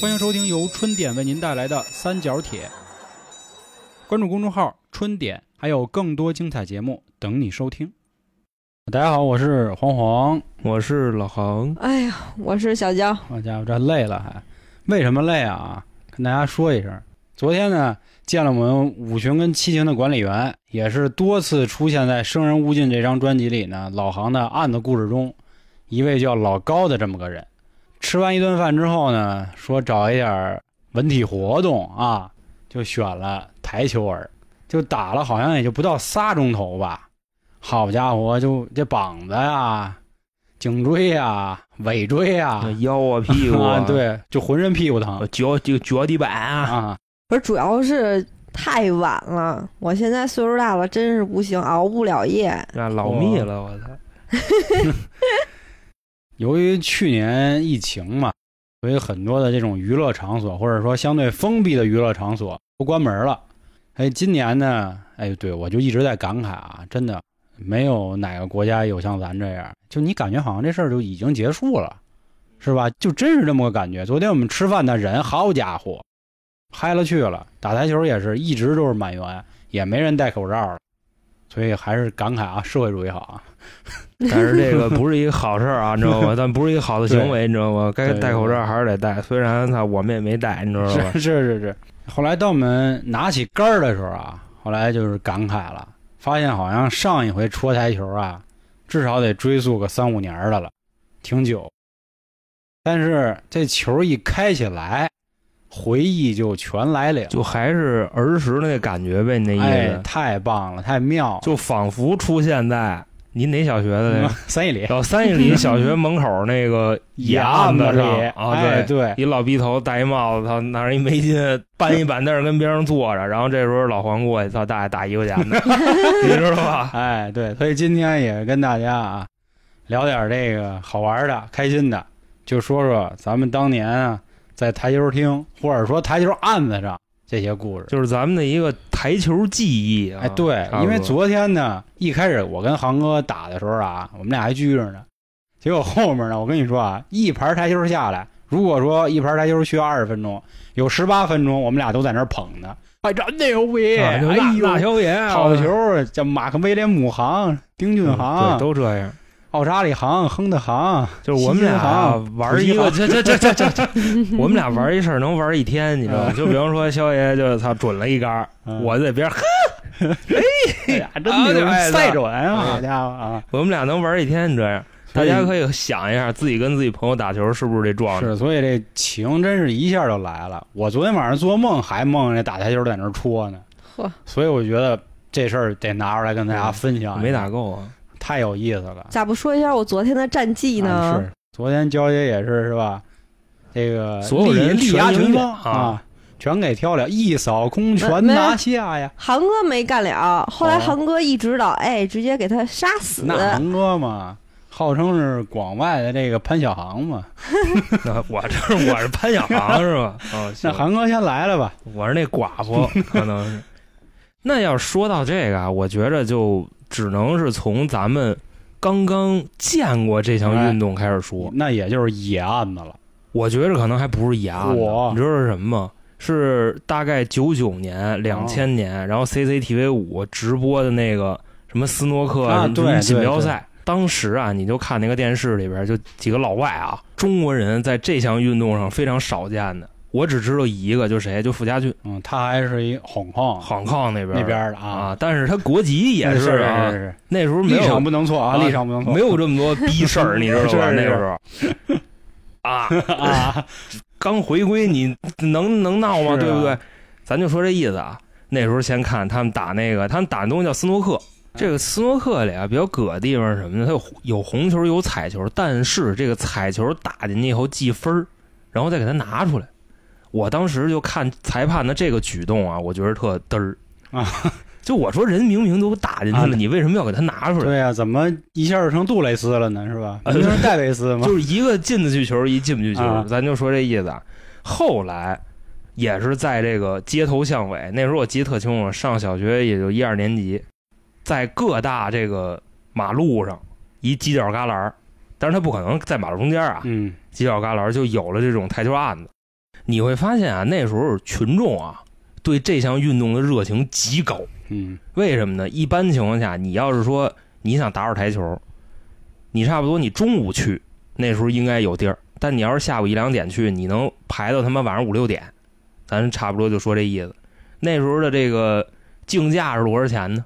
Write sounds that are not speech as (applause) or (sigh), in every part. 欢迎收听由春点为您带来的《三角铁》，关注公众号“春点”，还有更多精彩节目等你收听。大家好，我是黄黄，我是老航，哎呀，我是小娇，好家伙，这累了还？为什么累啊？跟大家说一声，昨天呢见了我们五群跟七群的管理员，也是多次出现在《生人勿近》这张专辑里呢老航的案子故事中，一位叫老高的这么个人。吃完一顿饭之后呢，说找一点儿文体活动啊，就选了台球儿，就打了好像也就不到仨钟头吧。好家伙，就这膀子呀、颈椎呀、尾椎呀、腰啊屁 (laughs) 股 (laughs) 啊，，对，就浑身屁股疼我脚这个脚底板 (laughs) 啊，啊。不是主要是太晚了，我现在岁数大了，真是不行，熬不了夜。啊老密了，我 (laughs) 操！由于去年疫情嘛，所以很多的这种娱乐场所，或者说相对封闭的娱乐场所都关门了。哎，今年呢，哎，对我就一直在感慨啊，真的没有哪个国家有像咱这样，就你感觉好像这事儿就已经结束了，是吧？就真是这么个感觉。昨天我们吃饭的人，好家伙，嗨了去了，打台球也是一直都是满员，也没人戴口罩了，所以还是感慨啊，社会主义好啊。但是这个不是一个好事儿啊，你知道 (laughs) 吗？但不是一个好的行为，你知道吗？该对戴口罩还是得戴，虽然操我们也没戴，你知道是吗？是是是。后来当我们拿起杆儿的时候啊，后来就是感慨了，发现好像上一回戳台球啊，至少得追溯个三五年儿的了，挺久。但是这球一开起来，回忆就全来了。就还是儿时那感觉呗，你那意哎思，，太棒了，太妙了！就仿佛出现在你哪小学的嗯那个？ (laughs) 三一里老三义里小学门口那 (laughs) 个野案案子子上里，啊，哎对，一老逼头戴一帽子，操，拿着一围巾，搬一板凳儿跟边上坐着，然后这时候老黄过去，操，大爷打一块钱的，你知道 (laughs) 吧？ (laughs) 哎，对，所以今天也跟大家啊聊点这个好玩的、开心的，就说说咱们当年啊在台球厅或者说台球案子上这些故事。就是咱们的一个台球记忆啊。哎，对差不，多因为昨天呢，一开始我跟航哥打的时候啊，我们俩还拘着呢，结果后面呢，我跟你说啊，一盘台球下来，如果说一盘台球需要二十分钟，有十八分钟我们俩都在那儿捧呢，哎，真牛逼！啊哎就大呦，大小野啊，好球，叫马克威廉姆航、丁俊嗯航对，，都这样。奥沙里行、亨特行，就是我们俩啊玩一个，这这这这这，这我们俩玩一事儿能玩一天，你知嗯道吗？就比方说肖爷就操准了一杆儿，我在边上， (laughs) 哎呀，真啊牛就爱，赛准啊，哎好家伙啊！我们俩能玩一天，这样。大家可以想一下，自己跟自己朋友打球是不是这状态？是，所以这情真是一下就来了。我昨天晚上做梦还梦见这打台球在那儿戳呢，嚯，所以我觉得这事儿得拿出来跟大家分享。嗯没，打够啊！太有意思了。咋不说一下我昨天的战绩啊呢？是，昨天娇姐也是是吧？这个所有人力力全压赢群了芳啊啊，全给挑了，一扫空拳没拿下呀！韩哥没干了，后来哦韩哥一指导，哎，直接给他杀死。那航哥嘛，号称是广外的这个潘晓航嘛，那我这是我是潘晓航 (laughs) 是吧？哦，那行航哥先来了吧？我是那寡妇，可能是。那要说到这个啊，我觉着就只能是从咱们刚刚见过这哎项运动开始说。那也就是野案子了。我觉着可能还不是野案子哇，你知道是什么吗？是大概九九年、两千年，啊然后 CCTV 五直播的那个什么斯诺克、啊什么什对么锦标对赛。当时啊，你就看那个电视里边，就几个老外啊，中国人在这项运动上非常少见的。我只知道一个，就谁，就傅家俊，嗯，他还是一红控杭康那边啊那边的啊，，但是他国籍也是是是啊，是，那时候没哎立场有不能错啊，啊立场不能错，没有这么多逼 (laughs) 事儿，你知道是吧？是那个时候啊，啊，刚回归你能能闹吗？是啊对不对？咱就说这意思啊。那时候先看他们打那个，他们打的东西叫斯诺克。这个斯诺克里啊，比较葛的地方是什么呢？它有有红球，有彩球，但是这个彩球打进去以后计分儿，然后再给它拿出来。我当时就看裁判的这个举动啊，我觉得特嘚儿啊！ (laughs) 就我说人明明都打进去啊了，你为什么要给它拿出来？对呀，怎么一下就成杜蕾斯了呢？是吧？啊不是戴维斯吗？就是一个进得去球，一进不去球，啊咱就说这意思。啊。后来也是在这个街头巷尾，那时候我记得特清楚，上小学也就一二年级，在各大这个马路上一犄角旮旯儿，但是他不可能在马路中间啊，嗯，犄角旮旯儿就有了这种台球案子。你会发现啊，那时候群众啊对这项运动的热情极高。嗯为什么呢？一般情况下，你要是说你想打会儿台球，你差不多你中午去，那时候应该有地儿。但你要是下午一两点去，你能排到他妈晚上五六点，咱差不多就说这意思。那时候的这个竞价是多少钱呢？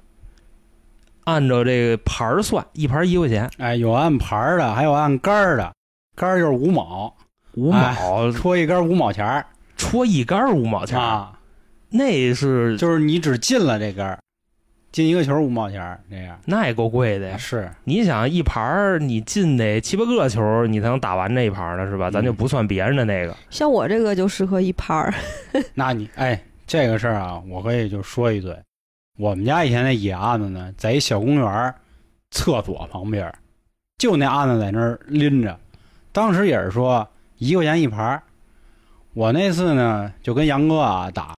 按照这个盘儿算，一盘儿一块钱，哎，有按盘儿的，还有按杆儿的，杆儿就是五毛，五毛戳一杆儿五毛钱儿戳一杆儿五毛嗯钱，哎啊，那是就是你只进了这杆儿，进一个球儿五毛钱儿这样。那也够贵的呀。是，你想一盘儿你进得七八个球，你才能打完这一盘儿呢，是吧？咱就嗯不算别人的那个。像我这个就适合一盘儿， (laughs) 那你哎，这个事儿啊，我可以就说一嘴。我们家以前那野案子呢，在一小公园儿厕所旁边儿，就那案子在那儿拎着。当时也是说一块钱一盘儿。我那次呢，就跟杨哥啊打，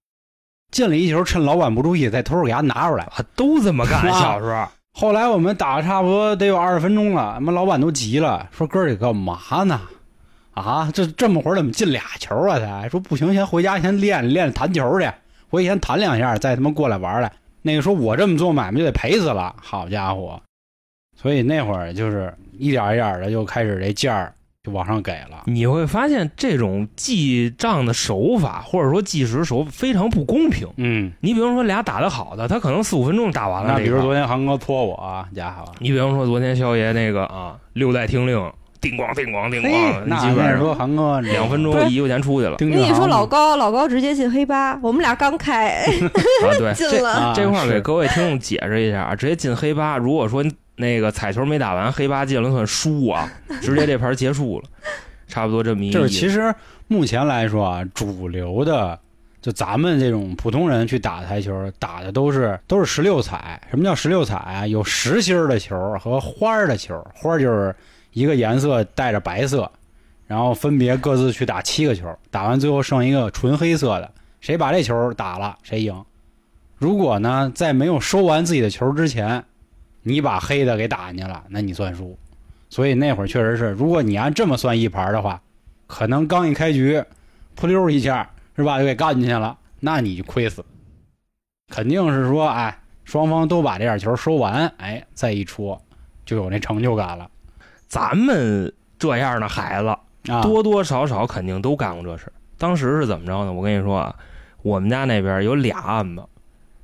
进了一球，趁老板不注意，再偷偷给他拿出来。啊，都这么干。啊小时候，后来我们打了差不多得有二十分钟了，他妈老板都急了，说哥儿几个干嘛呢？啊，这这么会儿怎么进俩球啊？才说不行，先回家先练练练弹球去，回去先弹两下，再他妈过来玩来。那个说我这么做买卖就得赔死了，好家伙！所以那会儿就是一点儿一点儿的就开始这价儿就往上给了。你会发现这种记账的手法，或者说计时手法非常不公平。嗯，你比方说俩打得好的，他可能四五分钟打完了那这一盘。比如昨天航哥搓我，啊，家伙，你比方说昨天肖爷那个啊，六代听令，叮咣叮咣叮咣， (laughs) 那基那本上说航哥两分不钟是一块钱出 (laughs) 去了丁我俊跟你航说，老高，老高直接进黑八，我们俩 (laughs) 刚开啊。对，进这了，啊 (laughs) 这块儿是给各位听众解释一下啊，直接进黑八。如果说那个彩球没打完，黑八进了算输 (laughs) 啊，直接这盘结束了，差不多这么一个就意是思。其实目前来说啊，主流的就咱们这种普通人去打台球，打的都是都是十六彩。什么叫十六彩啊？有实心儿的球和花儿的球，花儿就是一个颜色带着白色，然后分别各自去打七个球，打完最后剩一个纯黑色的，谁把这球打了谁赢。如果呢，在没有收完自己的球之前，你把黑的给打进去了，那你算输。所以那会儿确实是，如果你按这么算一盘儿的话，可能刚一开局，扑溜一下是吧，就给干进去了，那你就亏死。肯定是说，哎，双方都把这点球收完，哎，再一戳，就有那成就感了咱们这样的孩子，啊。多多少少肯定都干过这事儿。当时是怎么着呢？我跟你说啊，我们家那边有俩案子，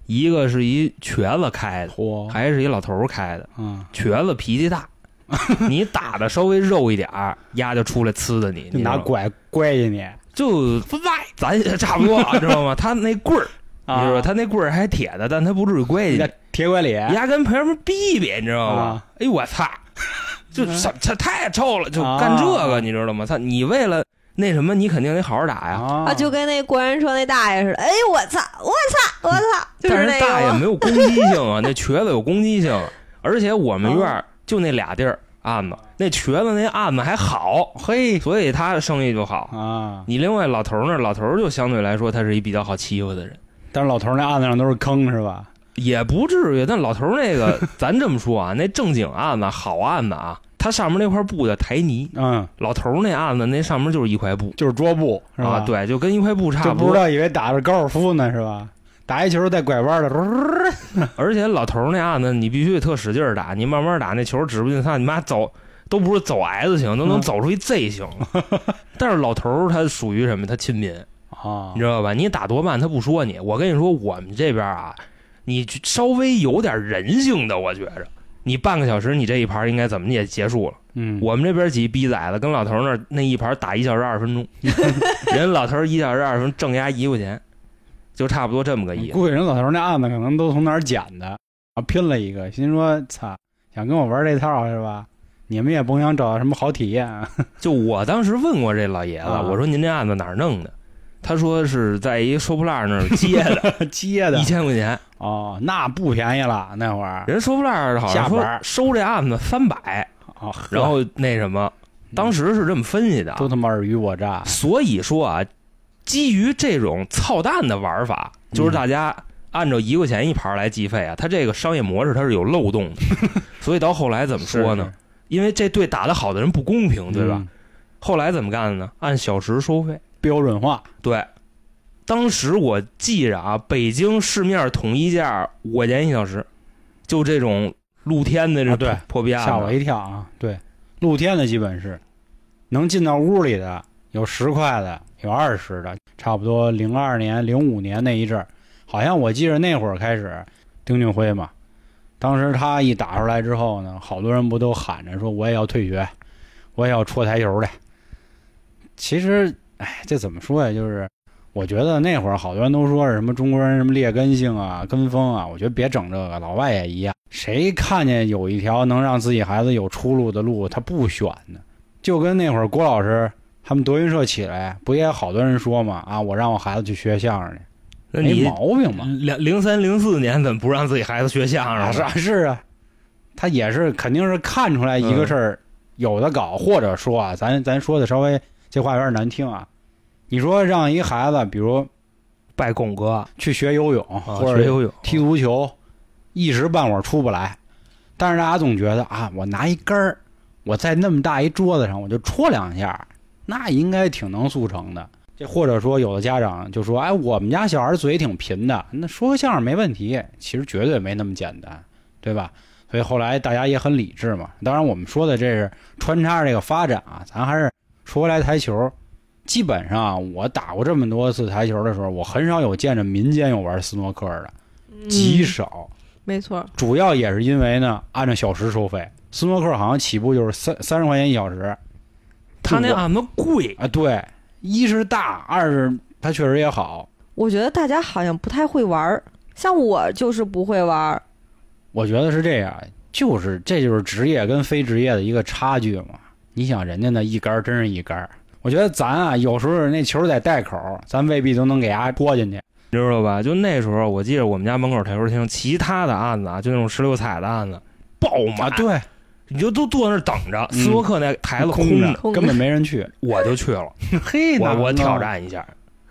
一个是一瘸子开的，嚯，还是一老头儿开的。嗯，瘸子脾气大， (laughs) 你打的稍微肉一点儿，丫就出来呲的你，就你拿棍拐拐着你就歪，咱也差不多，啊知道吗？他那 (laughs) 棍儿，啊你知道吧？他那棍儿还铁的，但他不至于拐你进去在，铁拐里，丫跟旁边逼逼，你知道吗啊？哎呦 (laughs) 我操！就嗯什这太臭了，就干这啊个，你知道吗？操，你为了那什么，你肯定得好好打呀。啊啊，就跟那过山车那大爷似的，哎，我操，我操，我操，就 (laughs) 但那是大爷个没吗。有攻击性啊，那瘸子有攻 (laughs) 击性，而且我们啊院儿就那俩地儿案子，那瘸子那案子还好，嘿，所以他生意就好。啊。你另外老头儿那老头儿就相对来说他是一比较好欺负的人，但是老头儿那案子上都是坑是吧？也不至于。但老头儿 (laughs) 那个，咱这么说啊，那正经案子好案子啊，他上面那块布叫台泥，嗯，老头儿那案子那上面就是一块布就是桌布是吧？啊，，对，就跟一块布差就不不知多。道以为打着高尔夫呢是吧？打一球带拐弯的，而且老头儿那案子你必须得特使劲儿打，你慢慢打，那球指不定他你妈走都不是走 S 型，都能嗯走出一 (laughs) Z 型。但是老头儿他属于什么？他亲民，啊你知道吧？你打多慢他不说你。我跟你说，我们这边啊，你稍微有点人性的，我觉着。你半个小时，你这一盘应该怎么也结束了。嗯，我们这边几逼崽子跟老头那儿那一盘打一小时二十分 (laughs) 钟，人老头一小时二十分钟挣压一块钱，就差不多这么个意思。估计人老头儿那案子可能都从哪儿捡的，啊，拼了一个，心说操，想跟我玩这套是吧？你们也甭想找到什么好体验，就我当时问过这老爷子，啊我说您这案子哪儿弄的？他说是在一收破烂那儿接 (laughs) 的， (laughs) 接的一千块钱。哦，那不便宜了那会儿，人收破烂好像下说班儿收这案子三百，哦，呵然后那什么，当时是这么分析的啊。都他妈尔虞我诈，所以说啊，基于这种操蛋的玩法，嗯就是大家按照一块钱一盘来计费啊，它这个商业模式它是有漏洞 (laughs) 的。所以到后来怎么说呢？嗯因为这对打得好的人不公平，对吧？？后来怎么干的呢？按小时收费，标准化，对，当时我记着啊，北京市面统一价五块钱一小时，就这种露天的啊这对破破逼案子，吓我一跳啊！对，露天的基本是能进到屋里的有十块的，有二十的，差不多零二年、零五年那一阵儿，好像我记着那会儿开始丁俊晖嘛，当时他一打出来之后呢，好多人不都喊着说我也要退学，我也要戳台球去。其实，哎，这怎么说呀？就是我觉得那会儿好多人都说是什么中国人什么劣根性啊、跟风啊，我觉得别整这个，老外也一样。谁看见有一条能让自己孩子有出路的路，他不选呢？就跟那会儿郭老师他们德云社起来，不也好多人说嘛啊，我让我孩子去学相声去，那没你毛病嘛？两零三零四年怎么不让自己孩子学相啊声是呢？啊是啊，他也是肯定是看出来一嗯个事儿有的搞，或者说啊，咱咱说的稍微这话有点难听啊。你说让一孩子，比如拜拱哥啊，去学游泳，或者学游泳，踢足球，一时半会儿出不来。但是大家总觉得啊，我拿一杆儿，我在那么大一桌子上，我就戳两下，那应该挺能速成的。这或者说，有的家长就说：“哎，我们家小孩嘴挺贫的，那说个相声没问题。”其实绝对没那么简单，对吧？所以后来大家也很理智嘛。当然，我们说的这是穿插这个发展啊，咱还是说回来台球。基本上啊我打过这么多次台球的时候，我很少有见着民间有玩斯诺克的。极嗯少，没错，主要也是因为呢，按照小时收费，斯诺克好像起步就是三三十块钱一小时他那案子贵，啊。对，一是大，二是它确实也好。我觉得大家好像不太会玩儿，像我就是不会玩儿。我觉得是这样，就是这就是职业跟非职业的一个差距嘛。你想人家那一杆儿真是一杆儿，我觉得咱啊有时候那球得带口，咱未必都能给伢拨进去。你知道吧？就那时候，我记得我们家门口台球厅，其他的案子啊，就那种十六彩的案子，爆啊，满，对，你就都坐那儿等着，嗯斯诺克那台子空着，空着根本没人 (laughs) 去。我就去了，嘿，我那我挑战一下，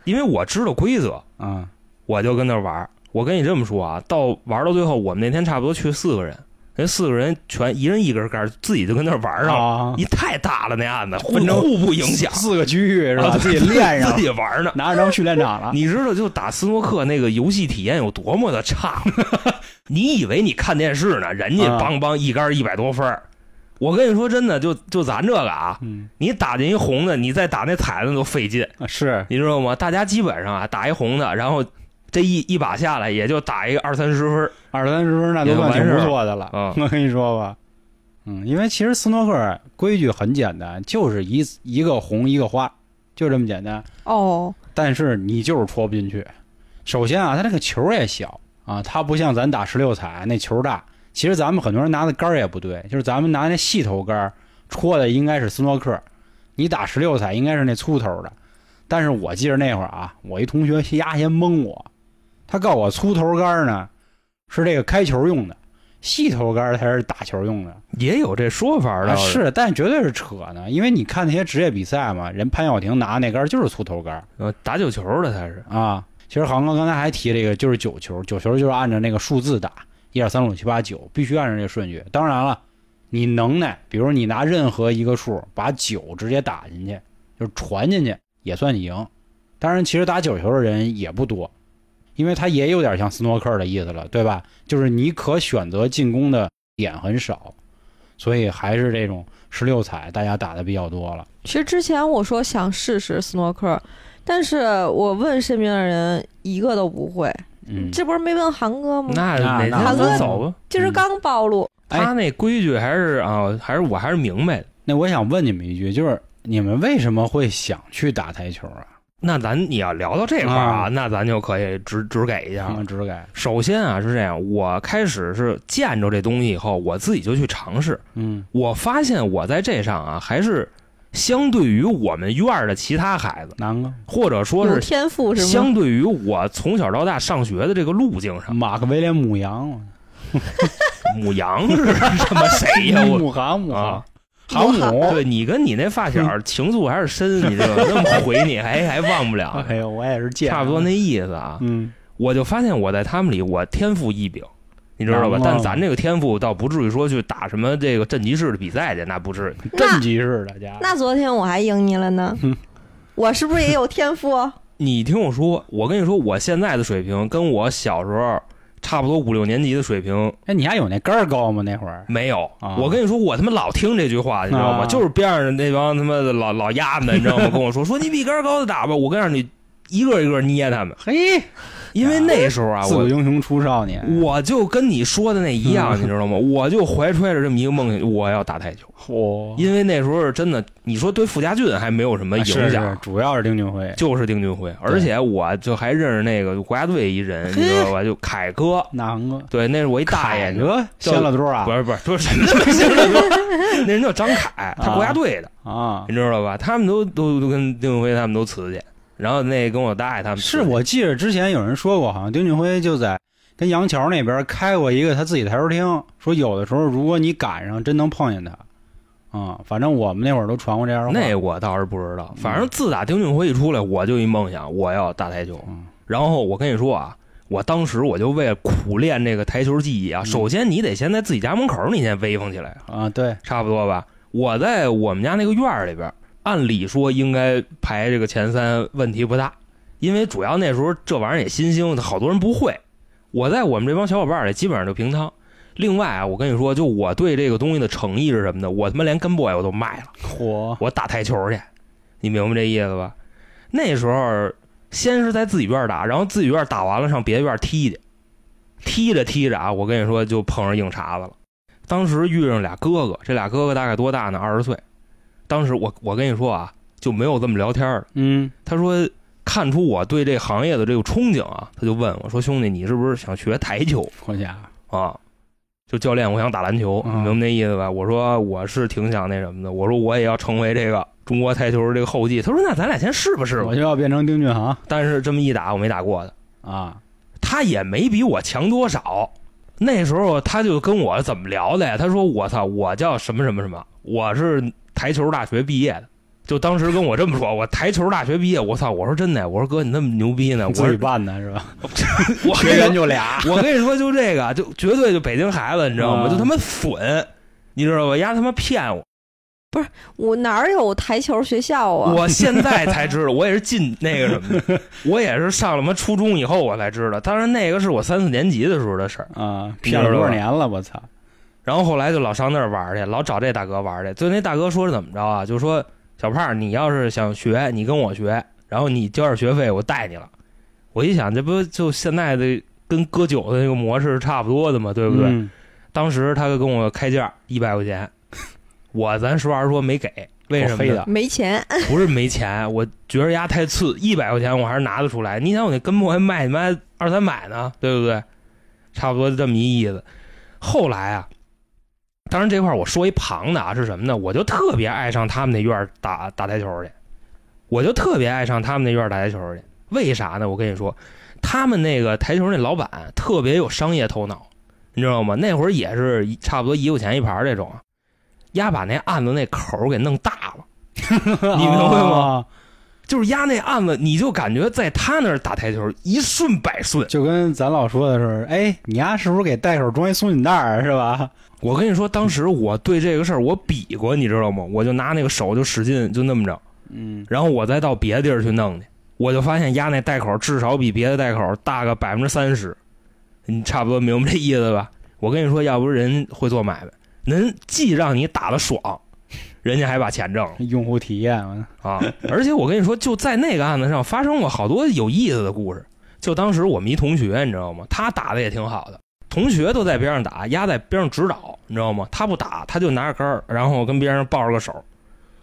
因为我知道规则，啊，我就跟那儿玩儿。我跟你这么说啊，到玩到最后，我们那天差不多去四个人，那四个人全一人一根杆儿，自己就跟那儿玩上了。啊，你太大了那案子，互分成互不影响，四个区域是吧？啊自己练上 (laughs) 自，己玩呢。拿着当训练场 (laughs) 了。你知道就打斯诺克那个游戏体验有多么的差吗？ (laughs) 你以为你看电视呢？人家啊梆梆一杆一百多分儿。我跟你说真的，就就咱这个啊，嗯，你打进一红的，你再打那彩的都费劲，啊是你知道吗？大家基本上啊打一红的，然后这一一把下来也就打一个二三十分儿。二三十分那都算挺不错的了。也完事 (laughs) 儿我跟你说吧，嗯，因为其实斯诺克规矩很简单，就是一一个红一个花，就这么简单。哦，但是你就是戳不进去。首先啊，它这个球也小啊，它不像咱打十六彩那球大。其实咱们很多人拿的杆儿也不对，就是咱们拿那细头杆儿戳的应该是斯诺克，你打十六彩应该是那粗头的。但是我记着那会儿啊，我一同学压先蒙我，他告诉我粗头杆儿呢是这个开球用的，细头杆儿才是打球用的。也有这说法儿啊，倒是，但绝对是扯呢，因为你看那些职业比赛嘛，人潘晓婷拿那杆儿就是粗头杆儿。呃，打九球的才是。啊，其实航哥刚才还提了一个，就是九球，九球就是按照那个数字打，一二三四五六七八九，必须按照这个顺序。当然了，你能耐，比如你拿任何一个数把九直接打进去，就是传进去，也算你赢。当然，其实打九球的人也不多，因为他也有点像斯诺克的意思了，对吧？就是你可选择进攻的点很少，所以还是这种十六彩大家打的比较多了。其实之前我说想试试斯诺克，但是我问身边的人一个都不会，嗯，这不是没问韩哥吗？那嗯那哪那天咱那走吧。今儿刚暴露，哎他那规矩还是啊，还是我还是明白的。那我想问你们一句，就是你们为什么会想去打台球啊？那咱你要聊到这块儿啊啊，那咱就可以直直给一下他了。们只改，首先啊是这样，我开始是见着这东西以后，我自己就去尝试。嗯我发现我在这上啊，还是相对于我们院儿的其他孩子，难啊，或者说有是天赋是吗？相对于我从小到大上学的这个路径上，马克威廉啊姆扬嘛，母羊是他妈谁哎 (laughs) 呀？我姆航姆航啊，航姆，对你跟你那发小情愫还是深，你这个那么回你还还忘不了， (laughs) 哎呦，我也是见啊差不多那，那意思啊。嗯我就发现我在他们里我天赋异禀，你知道吧哦？但咱这个天赋倒不至于说去打什么这个镇级市的比赛去，那不至于。正极式的家伙，那昨天我还赢你了呢，我是不是也有天赋？你听我说，我跟你说，我现在的水平跟我小时候差不多五六年级的水平哎，你还有那杆儿高吗？那会儿没有。啊我跟你说，我他妈老听这句话，你知道吗？啊就是边上那帮他妈的老老丫们，你知道吗？跟我 (laughs) 说说你比杆儿高的打吧，我跟上你一个一个捏他们，嘿，哎因为那时候啊，自古我英雄出少年。我就跟你说的那一嗯样，你知道吗？我就怀揣着这么一个梦想，我要打台球，嚯因为那时候真的，你说对傅家俊还没有什么影响，是是主啊要是丁俊晖。就是丁俊晖，而且我就还认识 (laughs) 那个国家队一人，嘿你知道吧？就凯哥，哪个？对，那是我一大爷，凯哥掀了桌啊不！是不是不是什么他妈姓什么， (laughs) 那人叫张凯，他啊国家队的，啊，你知道吧？他们都都都跟丁俊晖他们都辞去，然后那跟我大爷他们是辞去我记着之前有人说过，好像丁俊晖就在跟杨桥那边开过一个他自己台球厅，说有的时候如果你赶上，真能碰见他。啊、反正我们那会儿都嗯传过这样的话。那我倒是不知道，反正自打丁俊晖一出来，我就一梦想，我要打台球嗯。然后我跟你说啊，我当时我就为了苦练这个台球技艺啊，嗯首先你得先在自己家门口，你先威风起来啊，啊，对，差不多吧。我在我们家那个院儿里边，按理说应该排这个前三问题不大，因为主要那时候这玩意儿也新兴，好多人不会。我在我们这帮小伙伴里基本上就平摊。另外啊，我跟你说，就我对这个东西的诚意是什么呢？我他妈连跟 boy 我都卖了。火我打台球去，你明白这意思吧？那时候先是在自己院儿打，然后自己院儿打完了上别的院儿踢去，踢着踢着啊，我跟你说就碰上硬茬子了。当时遇上俩哥哥，这俩哥哥大概多大呢？二十岁。当时我我跟你说啊，就没有这么聊天儿了。嗯，他说看出我对这行业的这个憧憬啊，他就问我说：“兄弟，你是不是想学台球好家伙，啊？”就教练，我想打篮球，嗯明白那意思吧？我说我是挺想那什么的，我说我也要成为这个中国台球这个后继。他说那咱俩先试吧试吧我。就要变成丁俊航但是这么一打我没打过的，啊！他也没比我强多少。那时候他就跟我怎么聊的呀？他说我操，我叫什么什么什么，我是台球大学毕业的。就当时跟我这么说，我台球大学毕业，我操！我说真的，我说哥你那么牛逼呢，我自己说办的是 (laughs) 吧？我学员就俩， (laughs) 我跟你说，就这个，就绝对就北京孩子，你知道吗？嗯就他妈损，你知道吧？丫他妈骗我！我哪儿有台球学校啊？我现在才知道， (laughs) 我也是进那个什么 (laughs) 的，我也是上了妈初中以后我才知道。当然，那个是我三四年级的时候的事儿。啊，骗了多少年了？我操！然后后来就老上那儿玩儿去，老找这大哥玩儿去。最后那大哥说是怎么着啊？就说小胖儿，你要是想学，你跟我学，然后你交点学费，我带你了。我一想，这不就现在的跟割韭菜那个模式是差不多的嘛，对不对？嗯当时他就跟我开价一百块钱，我咱实话实说没给，为什么黑呢？的没钱，不是没钱，我觉得牙太次，一百块钱我还是拿得出来。你想我那根部还卖他妈二三百呢，对不对？差不多这么一意思。后来啊，当然这块儿我说一旁的啊，是什么呢？我就特别爱上他们那院儿打打台球去，我就特别爱上他们那院儿打台球去。为啥呢？我跟你说，他们那个台球那老板特别有商业头脑，你知道吗？那会儿也是一差不多一块钱一盘儿这种啊，丫把那案子那口儿给弄大了。 (laughs) 你明白吗？啊就是压那案子，你就感觉在他那儿打台球一顺百顺。就跟咱老说的是，哎，你丫是不是给袋手装一松紧带儿是吧？我跟你说，当时我对这个事儿我比过，你知道吗？我就拿那个手就使劲就那么着，嗯，然后我再到别的地儿去弄去，我就发现压那袋口至少比别的袋口大个百分之三十，你差不多明白这意思吧？我跟你说，要不是人会做买卖，能既让你打得爽，人家还把钱挣了。嗯用户体验嘛，啊！而且我跟你说，就在那个案子上发生过好多有意思的故事。就当时我们一同学，你知道吗？他打的也挺好的，同学都在边上打，丫在边上指导，你知道吗？他不打，他就拿着杆儿，然后跟别人抱着个手。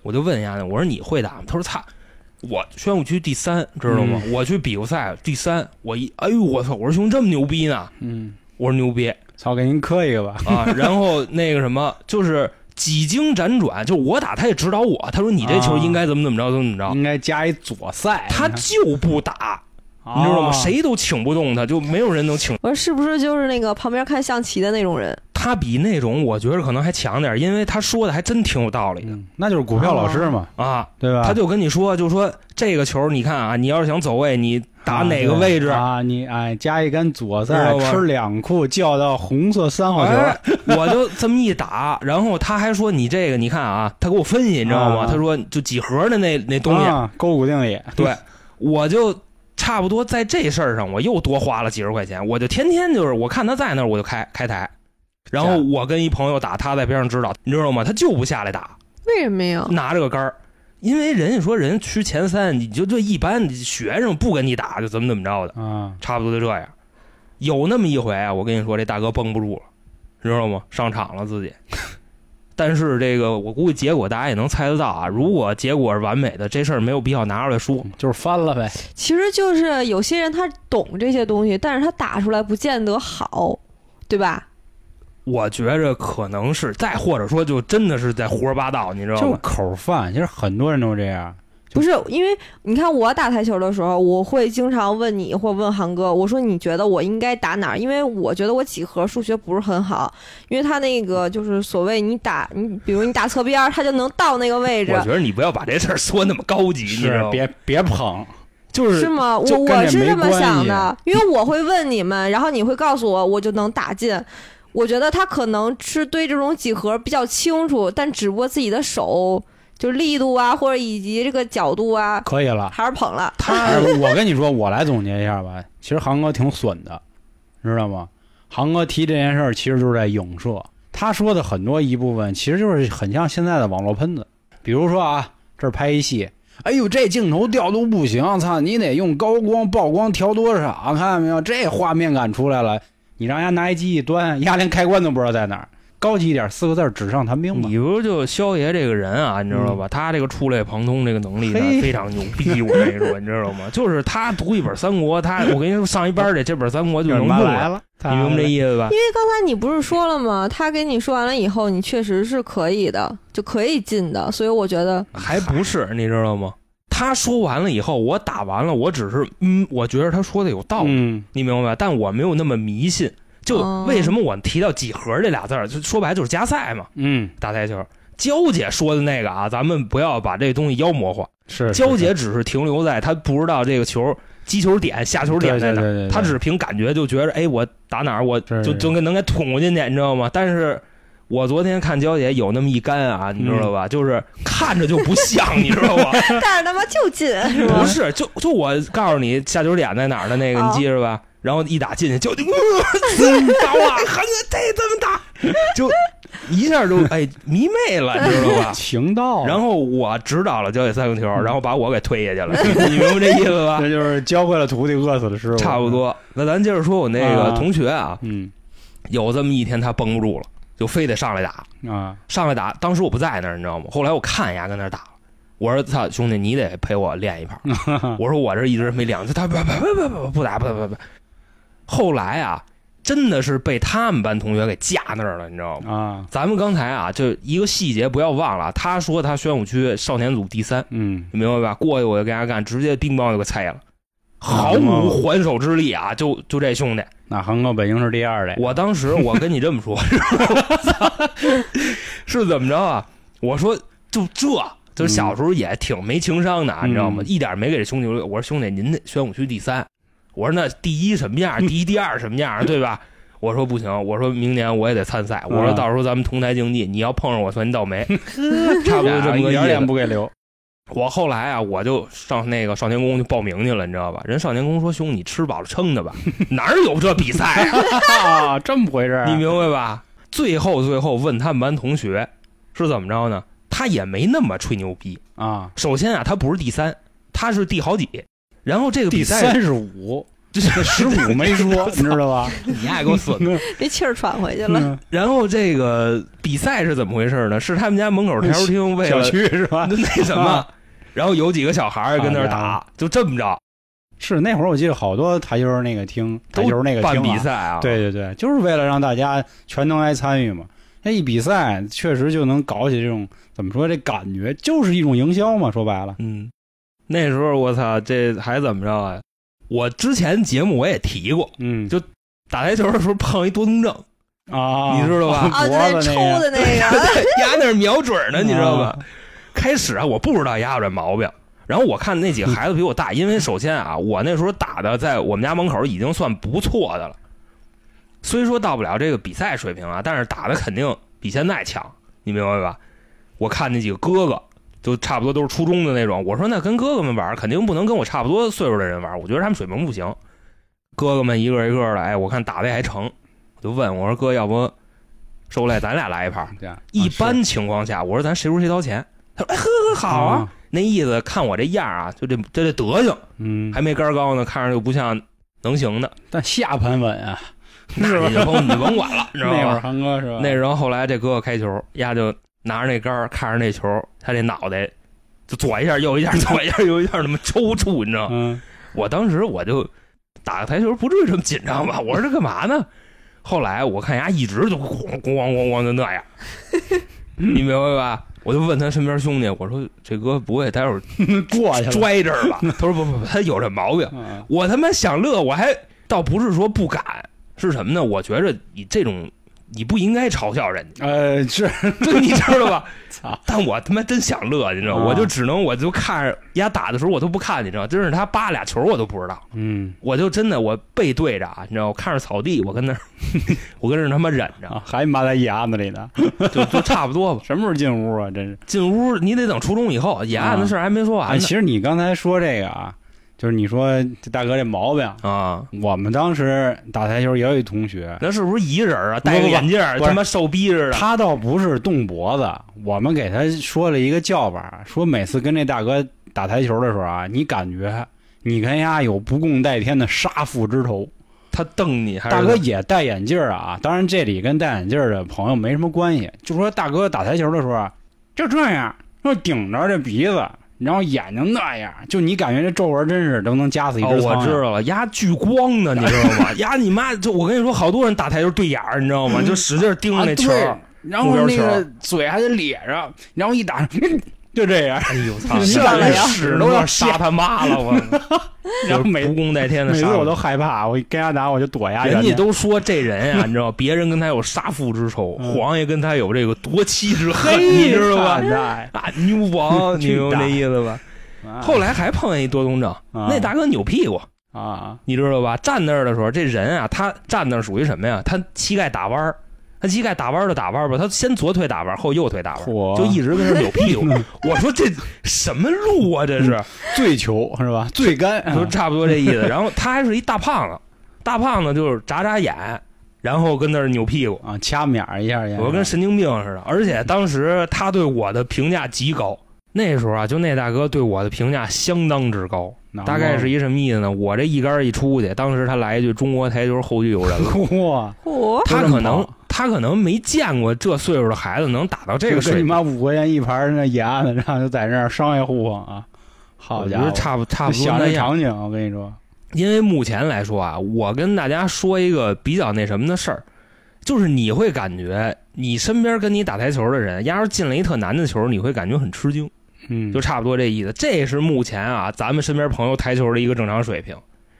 我就问丫呢，我说你会打吗？他说他，我宣武区第三，知道吗？我去比过赛第三，我一哎呦我操！我说兄弟这么牛逼呢？嗯，我说牛逼，操，给您磕一个吧。啊，然后那个什么，就是几经辗转，就我打他也指导我，他说你这球应该怎么怎么着，怎么怎么着，应该加一左塞，他就不打，啊你知道吗？谁都请不动他，就没有人能请我说是不是就是那个旁边看象棋的那种人？他。比那种我觉得可能还强点儿，因为他说的还真挺有道理的嗯那就是股票老师嘛，啊。对吧？他就跟你说，就说这个球，你看啊，你要是想走位，你打哪个位置。啊？你哎，加一杆左塞知道，吧吃两库，叫到红色三号球。哎，我就这么一打，然后他还说你这个，你看啊，他给我分析，你知道吗？啊他说就几何的那那东西，啊，勾股定理。对，我就差不多在这事儿上，我又多花了几十块钱。我就天天就是，我看他在那儿，我就开开台。然后我跟一朋友打，他在边上指导，你知道吗？他就不下来打，为什么呀？拿着个杆儿，因为人家说人区前三，你就这一般学生不跟你打，就怎么怎么着的，啊，差不多就这样。有那么一回啊，我跟你说，这大哥绷不住了，你知道吗？上场了自己。但是这个我估计结果大家也能猜得到啊。如果结果是完美的，这事儿没有必要拿出来说。就是翻了呗。其实就是有些人他懂这些东西，但是他打出来不见得好，对吧？我觉着可能是，再或者说就真的是在胡说八道，你知道就是吗？口饭，其实很多人都这样。不是，因为你看我打台球的时候，我会经常问你或问航哥，我说你觉得我应该打哪儿？因为我觉得我几何数学不是很好，因为他那个就是所谓你打你，比如你打侧边儿，他就能到那个位置我，觉得你不要把这事儿说那么高级，你知是道吗？别别捧，就是吗？就我跟我这是没这么关想系的，因为我会问你们，然后你会告诉我，我就能打进。我觉得他可能是对这种几何比较清楚，但只不过自己的手就是力度啊，或者以及这个角度啊，可以了。还是捧了。 (laughs) 他，哎我跟你说，我来总结一下吧。其实航哥挺损的，知道吗？航哥提这件事儿，其实就是在影射他说的很多一部分，其实就是很像现在的网络喷子。比如说啊，这儿拍一戏，哎呦，这镜头调度不行，操，你得用高光、曝光调多少，看见没有？这画面感出来了，你让人家拿一机一端，丫连开关都不知道在哪儿。高级一点，四个字儿纸上谈兵吧。你不就肖爷这个人啊，你知道吧？他这个触类旁通这个能力呢嗯嘿非常牛逼，我跟你说，你知道吗？就是他读一本三国，他我跟你说上一班去，这本三国就能用 (laughs) 妈来了，了，你明白这意思吧？因为刚才你不是说了吗？他跟你说完了以后，你确实是可以的，就可以进的，所以我觉 (laughs) 得还不是，你知道吗？他说完了以后，我打完了，我只是嗯，我觉得他说的有道理。嗯，你明白吧？但我没有那么迷信。就哦为什么我提到几何这俩字儿，就说白了就是加赛嘛，嗯，打台球。娇姐说的那个啊，咱们不要把这东西妖魔化。是娇姐只是停留在她不知道这个球击球点、下球点在哪对儿，对对对对她只是凭感觉就觉着，哎，我打哪儿我是？就是就能给捅过进去，你知道吗？但是。我昨天看娇姐有那么一杆啊，你知道吧？就是看着就不像，你知道吧？但是他妈就进 (laughs) 是吧不？是，就就我告诉你下酒点在哪儿的那个，你哦记着吧。然后一打进去就，呃，真高啊，韩哥这这么大，就一下就哎迷妹了，你知道吧情啊到，啊然后我指导了交给三个球，然后把我给推下去 (laughs) 了，你明白这意思吧这？就是教会了徒弟，饿死了师傅，差不。多。那咱接着说，我那个啊同学啊，嗯有这么一天他绷不住了，就非得上来打，啊，上来打。当时我不在那儿，你知道吗？后来我看丫跟那儿打了，我说：“操，兄弟，你得陪我练一盘。”我说我这一直没练，他不不不不不不打不不不。后来啊，真的是被他们班同学给架那儿了，你知道吗？啊，咱们刚才啊，就一个细节不要忘了，他说他宣武区少年组第三，嗯，你明白吧？过去我就跟他干，直接冰棒就给拆了，毫无还手之力啊！就就这兄弟，那横哥北京是第二的，我当时我跟你这么说，是吧是怎么着啊？我说就这。就是小时候也挺没情商的啊，嗯你知道吗？一点没给这兄弟留。我说兄弟，您那宣武区第三，我说那第一什么样？第一、第二什么样？对吧？我说不行，我说明年我也得参赛。我说啊到时候咱们同台竞技，你要碰上我算你倒霉，差不多这么啊一个意点脸思。不给 (laughs) 留。我后来啊，我就上那个少年宫去报名去了，你知道吧？人少年宫说兄，你吃饱了撑的吧？哪儿有这比赛啊？啊，这么回事儿？你明白吧？最后最后问他们班同学是怎么着呢？他也没那么吹牛逼。啊，首先啊，他不是第三，他是第好几。然后这个比第赛，三十 (laughs) 五，这是十 (laughs) 五没说，你知道吧？你爱给我 (laughs) 损。别气儿喘回去了。嗯然后这个比赛是怎么回事呢？是他们家门口台球厅为小了区是吧？啊哎那什么，然后有几个小孩儿跟那儿打，就这么着是那会儿我记得好多台球那个厅，台球那个办厅比啊，赛啊。，对对对，就是为了让大家全能来参与嘛。那一比赛，确实就能搞起这种怎么说这感觉，就是一种营销嘛。说白了，嗯，那时候我操，这还怎么着啊？我之前节目我也提过，嗯就打台球的时候碰一多动症，啊，你知道 (laughs) 吧？啊，脖就那子抽那个，的那个， (laughs) (laughs) 丫那儿瞄准儿呢，你知道吧啊？开始啊，我不知道丫有这毛病，然后我看那几个孩子比我大，因为首先啊，我那时候打的在我们家门口已经算不错的了，虽说到不了这个比赛水平啊，但是打的肯定比现在强，你明白吧？我看那几个哥哥就差不多都是初中的那种，我说那跟哥哥们玩儿肯定不能跟我差不多岁数的人玩儿，我觉得他们水平不行。哥哥们一个一个的，哎，我看打的还成，我就问我说哥，要不受累咱俩来一盘儿？这样一般情况下，我说咱谁输谁掏钱。他说：“哎，呵呵，好啊。，那意思看我这样啊，就这这这德行，嗯，还没杆儿高呢，看着就不像能行的。但下盘稳啊，那是吧你就甭你 (laughs) 甭管了，你知道那会儿吗？韩哥是吧？那然后后来这哥哥开球，丫就拿着那杆儿看着那球，他这脑袋就左一下右一下， (laughs) 左一下右一下，那么抽搐，你知道吗？嗯，我当时我就打个台球，不至于这么紧张吧？我说这干嘛呢？后来我看人家一直就咣咣咣咣咣就那样，你明白吧？我就问他身边兄弟，我说这哥不会待会儿 (laughs) 过去了，拽这儿吧？他说不不不，他有这毛病。嗯我他妈想乐，我还倒不是说不敢，是什么呢？我觉着你这种你不应该嘲笑人 (laughs) 呃，是，家，就你知道吧？ (laughs) 操，但我他妈真想乐，你知道吗，啊我就只能我就看着人家打的时候我都不看，你知道吗，真是他扒俩球我都不知道。嗯我就真的我背对着啊，你知道，我看着草地，我跟那儿， (laughs) 我跟那儿他妈忍啊，着，还埋在牙子里呢，就就差不多吧。什么时候进屋啊？真是。进屋你得等初中以后，野案的事儿还没说哎，完呢其实你刚才说这个啊，就是你说这大哥这毛病，啊。我们当时打台球也有一同学，那是不是一人啊？不不戴个眼镜儿，不是他妈瘦逼似的。他倒不是动脖子，我们给他说了一个叫法，说每次跟这大哥打台球的时候啊，你感觉你跟丫有不共戴天的杀父之仇。他瞪你还是大哥也戴眼镜儿啊，当然这里跟戴眼镜儿的朋友没什么关系，就说大哥打台球的时候啊，就这样，就顶着这鼻子，然后眼睛那样，就你感觉这皱纹真是都能夹死一哦，只我苍知蝇。道了，丫聚光呢，你知道 (laughs) 吗？丫你妈就我跟你说，好多人打台球对眼儿，你知道吗？就使劲盯着啊，那球对儿。，然后那个嘴还得咧着，然后一打， (laughs) 就这样，哎呦操！上来呀屎都要杀他妈了，我 (laughs) 然后就是每不共戴天的每杀次了。我都害怕，我跟他打我就躲呀，人家都说这人啊，你知道，别人跟他有杀父之仇，嗯皇爷跟他有这个夺妻之恨，黑你知道吧？吧？啊，牛王，(laughs) 你去明白打那意思吧？后来还碰见一多动症，那大哥扭屁股，啊，你知道吧？站那儿的时候，这人啊，他站那儿属于什么呀？他膝盖打弯儿，他膝盖打弯儿就打弯儿吧，他先左腿打弯儿，后右腿打弯儿，嚯就一直跟那儿扭 (laughs) 屁股。我说这什么路啊？这是，嗯嗯醉球是吧？醉干就差不多这意思。然后他还是一大胖子，大胖子就是眨眨眼，然后跟那儿扭屁股。啊，掐面儿一下也，我跟神经病似的。而且当时他对我的评价极高，那时候啊，就那大哥对我的评价相当之高。啊大概是一什么意思呢？我这一杆儿一出去，当时他来一句“中国台球后继 (laughs) 有人了哇，”，嚯，都他这么可能跑他可能没见过这岁数的孩子能打到这就跟个水你平。妈五块钱一盘儿那牙子，然后就在那儿商业互捧啊，好我家觉伙，得差不差就不多想那这样，场景，我跟你说，因为目前来说啊，我跟大家说一个比较那什么的事儿，就是你会感觉你身边跟你打台球的人，要是进了一特难的球，你会感觉很吃惊。嗯，就差不多这意思。这是目前啊，咱们身边朋友台球的一个正常水平，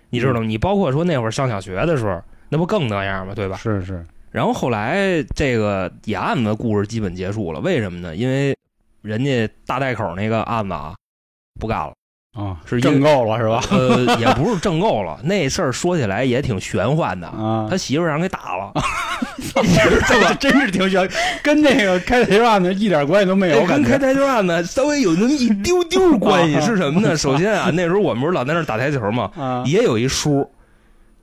你知道吗？你包括说那会儿上小学的时候，那不更那样吗？对吧？是是，然后后来这个野案子的故事基本结束了，为什么呢？因为人家大带口那个案子啊，不干 (laughs) 了，啊，是一挣够了是吧？呃，也不是挣够了，那事儿说起来也挺玄幻的。啊， (laughs) 他媳妇儿让人给打 (laughs) 了，你知道吧？真是挺悬，跟那个开台案的一点关系都没有，这我感跟觉开台球案子稍微有那么一丢丢关系啊是什么呢？首 (laughs) 先啊，那时候我们不是老在那儿打台球吗？啊，也有一叔。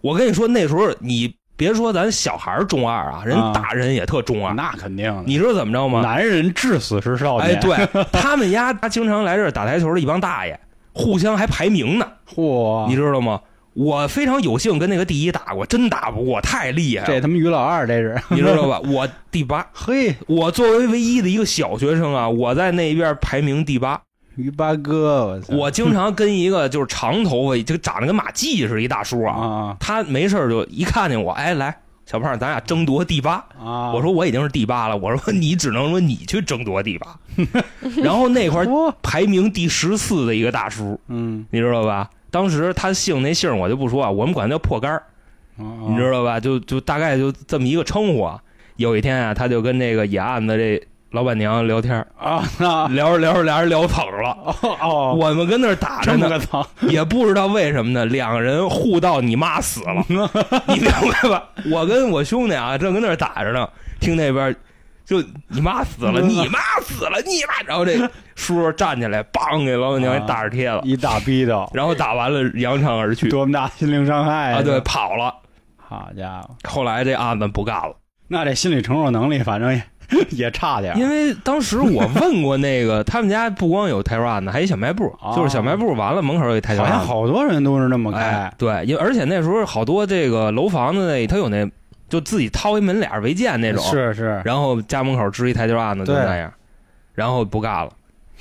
我跟你说，那时候你别说咱小孩儿中二啊，人啊大人也特中二。那肯定的，你知道怎么着吗？男人至死是少哎，年，，对 (laughs) 他们家他经常来这儿打台球的一帮大爷，互相还排名呢，嚯，你知道吗？我非常有幸跟那个第一打过，真打不过，太厉害这了，他妈于老二这是，你知道吧？我第八， (laughs) 嘿，我作为唯一的一个小学生啊，我在那边排名第嗯八。于八哥，我操我经常跟一个就是长头发，就长得跟马季似的，一大叔啊，啊他没事儿就一看见我，哎，来，小胖，咱俩争夺第八。啊，我说我已经是第八了，我说你只能说你去争夺第八。 (laughs) 然后那块儿说，排名第十四的一个大叔，嗯，你知道吧？当时他姓那姓儿我就不说啊，我们管他叫破杆儿，你你啊知道吧？就就大概就这么一个称呼啊。有一天啊，他就跟这个野案子这老板娘聊天儿，啊，那聊着聊着俩人聊捧了，哦哦，我们跟那儿打着这么个呢，操，也不知道为什么呢，两个人互道你妈死了，你明白吧？我跟我兄弟啊，正跟那儿打着呢，听那边就你妈死了，嗯你妈死了，你妈，然后这叔叔站起来，梆给老板娘一大耳贴了，一大逼斗， (laughs) 然后打完了扬长而去多么大心灵伤害啊，对，，跑了。好家伙，后来这案子不干了，那这心理承受能力反正也 (laughs) 也差点儿，因为当时我问过那个他们家不光有泰式案子，还有小卖部，啊就是小卖部完了门口有一泰式好案像子。好多人都是那么哎开，，对，因为而且那时候好多这个楼房子那他有那就自己掏一门脸儿违建那种，是是，然后家门口支一台阶案子就对那样，然后不干了。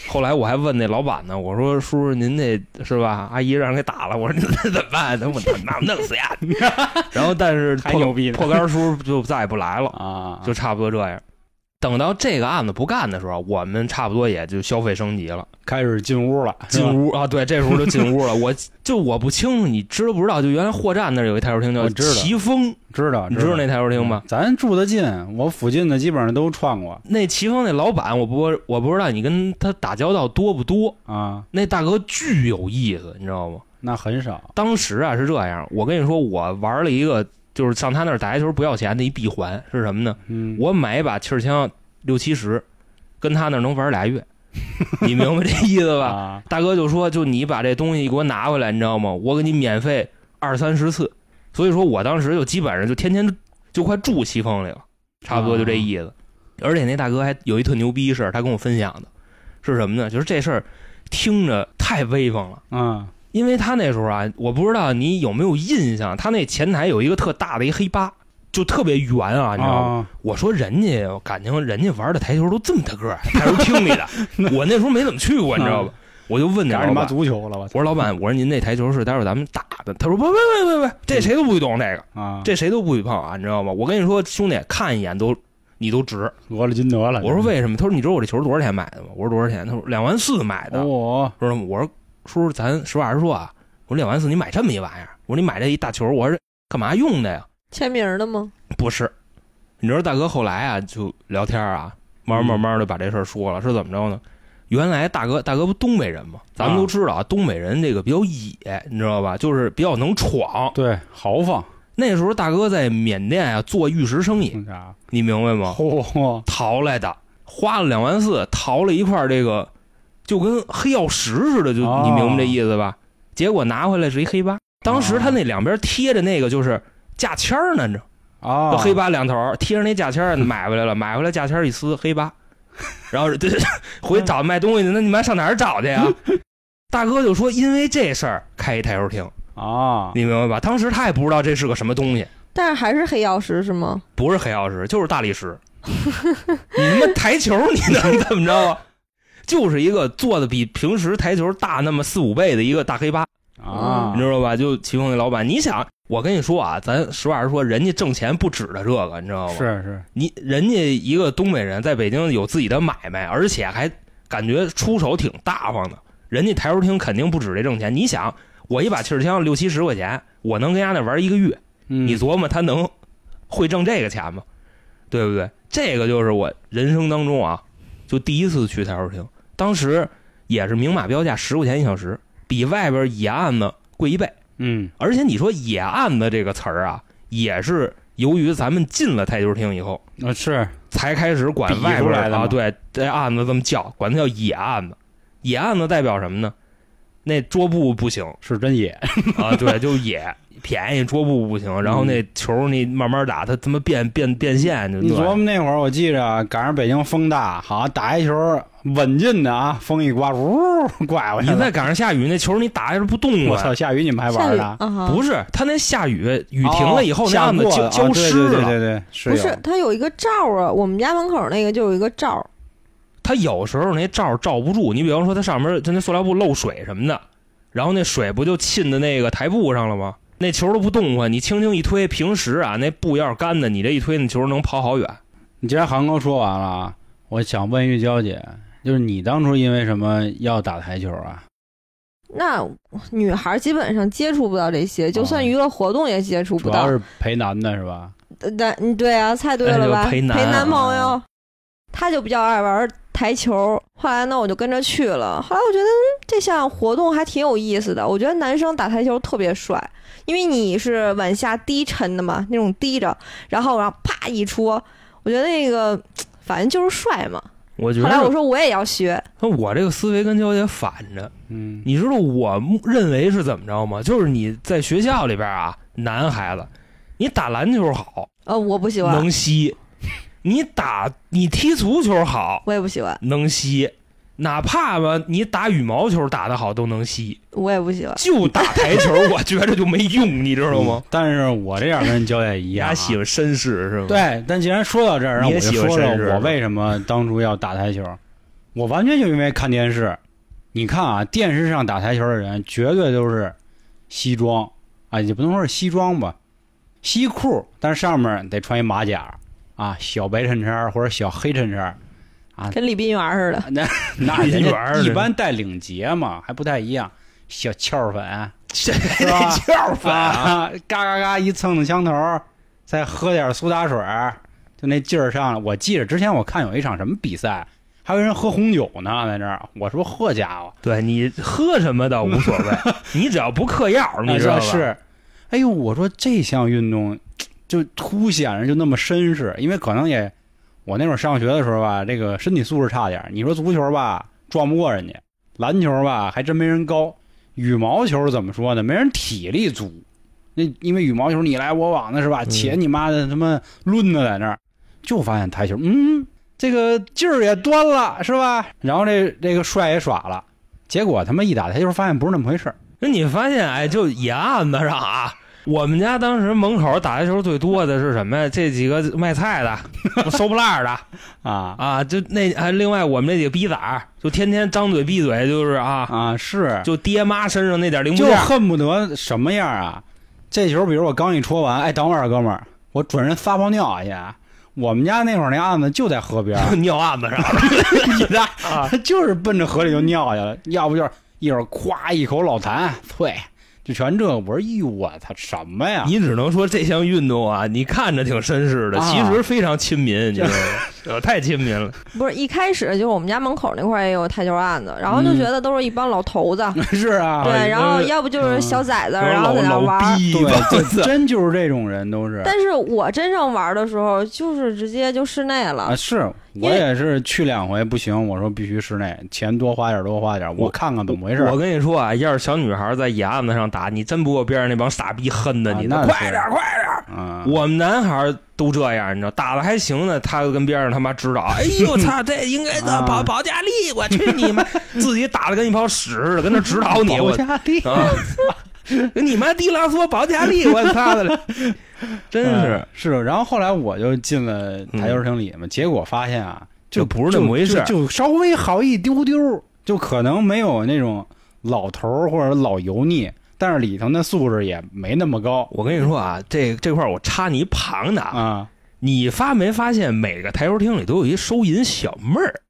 后来我还问那老板呢，我说叔叔您那是吧？阿姨让人给打了，我说您这怎么办？那我那弄死呀！ (laughs) 然后但是还破牛逼呢破杆叔就再也不来了，啊，就差不多这样。等到这个案子不干的时候，我们差不多也就消费升级了，开始进屋了，进是吧，屋啊，对，这时候就进屋了。我就我不清楚你知不知道，就原来货站那儿有一台球厅叫我知道奇峰，知道你知道那台球厅吗？？嗯咱住的近，我附近的基本上都串过那奇峰那老板，我不我不知道你跟他打交道多不多。啊，那大哥巨有意思，你知道吗？那很少当时啊是这样，我跟你说，我玩了一个，就是上他那儿打台球不要钱的一闭环是什么呢？嗯，我买一把气儿枪六七十，跟他那儿能玩俩月，你明白这意思吧？啊，大哥就说，就你把这东西给我拿回来，你知道吗？我给你免费二三十次。所以说我当时就基本上就天天就快住西风里了，差不多就这意思。而且那大哥还有一特牛逼事儿，他跟我分享的是什么呢？就是这事儿听着太威风了。嗯因为他那时候啊，我不知道你有没有印象，他那前台有一个特大的一黑八，就特别圆啊，你知道吗？啊，我说人家感情人家玩的台球都这么大个儿，台球 (laughs) 厅里的，我那时候没怎么去过，你知道吧？我就问那嗯赶上老你妈板，足球了，我我操说老板，我说您那台球是待会儿咱们打的，他说不不不不不，嗯这谁都不许动这个，啊，这谁都不许碰啊，你知道吗？我跟你说，兄弟，看一眼都你都值。罗了金德了，我说为什么？他说你知道我这球多少钱买的吗？我说多少钱？他说两万四买的。我说什么？我说叔叔，咱实话实说啊，我说两万四你买这么一玩意儿，我说你买这一大球，我说干嘛用的呀？签名儿的吗？不是，你知道大哥后来啊，就聊天啊，慢慢慢慢的把这事儿说了，是怎么着呢？原来大哥，大哥不东北人吗？咱们都知道啊，东北人这个比较野，你知道吧？就是比较能闯。对豪放，那时候大哥在缅甸啊做玉石生意，那啥，你明白吗？嚯，淘来的，花了两万四淘了一块这个，就跟黑曜石似的，就哦你明白这意思吧？结果拿回来是一黑八，当时他那两边贴着那个就是价签儿呢，你知道啊，就黑八两头儿贴上那价签儿买回来了，买回来价签儿一撕黑八，然后对，回去找卖东西的，那你们上哪儿找去呀？ (laughs) 大哥就说因为这事儿开一台球厅，啊，你明白吧？当时他也不知道这是个什么东西，但是还是黑曜石是吗？不是黑曜石就是大理石。你他妈台球你能怎么着啊？就是一个做的比平时台球大那么四五倍的一个大黑八，啊，嗯你知道吧？就其中那老板，你想，我跟你说啊，咱实话实说，人家挣钱不止的这个，你知道吗？是是，你人家一个东北人在北京有自己的买卖，而且还感觉出手挺大方的。人家台球厅肯定不止这挣钱。你想，我一把气儿枪六七十块钱，我能跟人家那玩一个月，你你琢磨他能会挣这个钱吗？对不对？这个就是我人生当中啊，就第一次去台球厅，当时也是明码标价十块钱一小时，比外边野案子贵一倍。嗯而且你说“野案子”这个词儿啊，也是由于咱们进了台球厅以后。啊是才开始管比外出边来儿的啊，吗对，这案子这么叫，管它叫野案子。野案子代表什么呢？那桌布不行是真野啊，对，就野便宜，桌布不行。然后那球儿你慢慢打，它他妈变变变线就嗯你琢磨乱那会儿，我记着赶上北京风大，好像打一球稳进的啊，风一刮，呜， (laughs) 拐过去你了。再赶上下雨，那球啊儿你打下来不动我了。操，下雨你们还玩下呢雨？啊哈不是，它那下雨雨停了以后，那案子哦下浇浇过湿啊对对了。对对对，是不有是，它有一个罩儿啊，我们家门口那个就有一个罩儿，它有时候那罩儿罩不住，你比方说它上面就那塑料布漏水什么的，然后那水不就沁在那个台布上了吗？那球都不动啊换，你轻轻一推，平时啊那布要是干的，你这一推那球能跑好远。你既然航哥说完了啊，我想问玉娇姐，就是你当初因为什么要打台球啊？那女孩儿基本上接触不到这些，就哦算娱乐活动也接触不主到要。是陪男的是吧？呃但嗯，对啊，猜对哎了呦吧？陪陪男啊男朋友，他就比较爱玩台球。后来呢，我就跟着去了。后来我觉得嗯这项活动还挺有意思的。我觉得男生打台球特别帅，因为你是往下低沉的嘛，那种低着，然后然后啪一戳，我觉得那个反正就是帅嘛。我觉后来我得说我也要学，我这个思维跟娇姐反着。嗯，你知道我认为是怎么着吗？就是你在学校里边啊，男孩子，你打篮球好，呃，我不喜欢，能吸；你打你踢足球好，我也不喜欢，能吸。哪怕吧，你打羽毛球打得好都能吸，我也不喜欢。就打台 (laughs) 球，我觉着就没用，你知道吗？但是我这样跟娇姐一你样、还啊，喜欢绅士是吗？，对，但既然说到这儿，让嗯你也我就喜欢说绅士是说吧我为什么当初要打台球。 (laughs) 我完全就因为看电视，你看啊，电视上打台球的人绝对都是西装啊，也不能说是西装吧，西裤，但是上面得穿一马甲啊，小白衬衫或者小黑衬衫， (laughs) 跟李斌元似的，那人一玩家儿一般带领结嘛，还不太一样，小翘粉 (laughs) 这是吧 (laughs) 叫 (laughs) 法。啊，嘎嘎嘎一蹭蹭枪头，再喝点苏打水，就那劲儿上来。我记着之前我看有一场什么比赛，还有人喝红酒呢，在那儿，我说呵家伙，对你喝什么倒无所谓， (laughs) 你只要不嗑药，你你知说道吧？啊是？哎呦，我说这项运动就凸显着就那么绅士，因为可能也我那会儿上学的时候吧，这个身体素质差点儿。你说足球吧，撞不过人家；篮球吧，还真没人高；羽毛球怎么说呢？没人体力足。那因为羽毛球你来我往的是吧？嗯且你妈的他妈抡的在那儿，就发现台球，嗯，这个劲儿也端了是吧？然后这这个帅也耍了，结果他妈一打台球发现不是那么回事儿。那你发现哎，就也按得上啊。我们家当时门口打台球最多的是什么呀？这几个卖 (laughs) 菜的、收破烂的啊啊，就那还另外我们那几个逼崽儿，就天天张嘴闭嘴，就是啊，啊是，就爹妈身上那点零部就件，恨不得什么样啊？这球，比如我刚一戳完，哎，等会儿哥们儿，我准人撒泡尿去。我们家那会儿那案子就在河边儿， (laughs) (laughs) 尿案子上了你的啊，就是奔着河里就尿去了，要不就是一会儿夸一口老痰，啐，就全这。我说，咦，我操，什么呀？你只能说这项运动啊，你看着挺绅士的，啊其实非常亲民，你知道吗？呃太亲 (laughs) 民了。不是一开始就是我们家门口那块儿也有台球案子，然后嗯就觉得都是一帮老头子， (laughs) 是啊，啊对，然后嗯要不就是小崽子，然然后后在那嗯老玩老儿。逼对吧， (laughs) 这真就是这种人，都是但是我真正玩的时候，就是直接就室内啊，了。是因我为也是去两回不行，我说必须室内，钱多花点儿多花点儿，我我看看怎么回事儿。我跟你说啊，要是小女孩在野案子上打，你真不过边上那帮傻逼恨的啊你呢，那是快点儿快点儿！啊，我们男孩儿都这样，你知道，打的还行呢，他就跟边上他妈指导，哎呦操，这应该 (laughs) 啊的保保加利，我去你妈，自己打的跟一泡屎似的，跟那指导 (laughs) 你，保我加利亚啊，你妈迪拉索保加利，我操 (laughs) 的了，真是嗯嗯是。然后后来我就进了台球厅里嘛，结果发现啊，就就不是那么回事就就就稍微好一丢丢，就可能没有那种老头儿或者老油腻，但是里头那素质也没那么高我跟你说啊，这这块儿我插你一旁的啊，啊。你发没发现每个台球厅里都有一收银小妹 (laughs) 儿？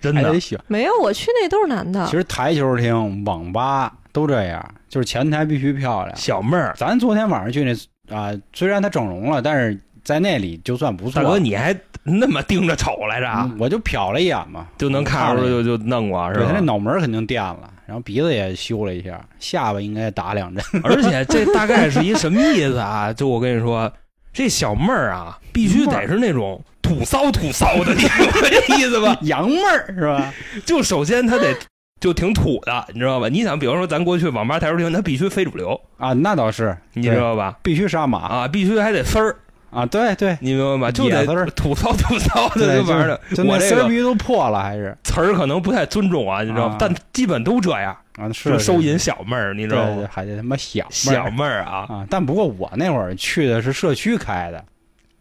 真还的啊得，喜欢。没有，我去那都是男的其。实台球厅、网吧都这样，就是前台必须漂亮。小妹儿，咱昨天晚上去那啊、虽然他整容了，但是在那里就算不错。大哥你还那么盯着瞅来着啊，嗯我就瞟了一眼嘛，就能看出来就就弄过是对他那吧？脑门儿肯定垫了，然后鼻子也修了一下，下巴应该打两针。 (laughs) (laughs) 而且这大概是一什么意思啊？就我跟你说，这小妹儿啊，必须得是那种土骚土骚的，你明白这意思 (laughs) 吧？洋妹儿是吧？就首先她得就挺土的，你知道吧？你想，比方说咱过去网吧台球厅，她必须非主流，啊，那倒是，你知道吧？必须杀马啊，必须还得丝儿，啊！对 (laughs) 对，你明白吧？就野丝得儿土骚土骚对，的这玩意儿的。就我那这丝儿个必须都破了，还是词儿可能不太尊重啊，你知道啊吗？但基本都这样，啊是就收银是小妹儿，你知对道对，吗？还得他妈小妹小儿妹儿啊，啊！但不过我那会儿去的是社区开的，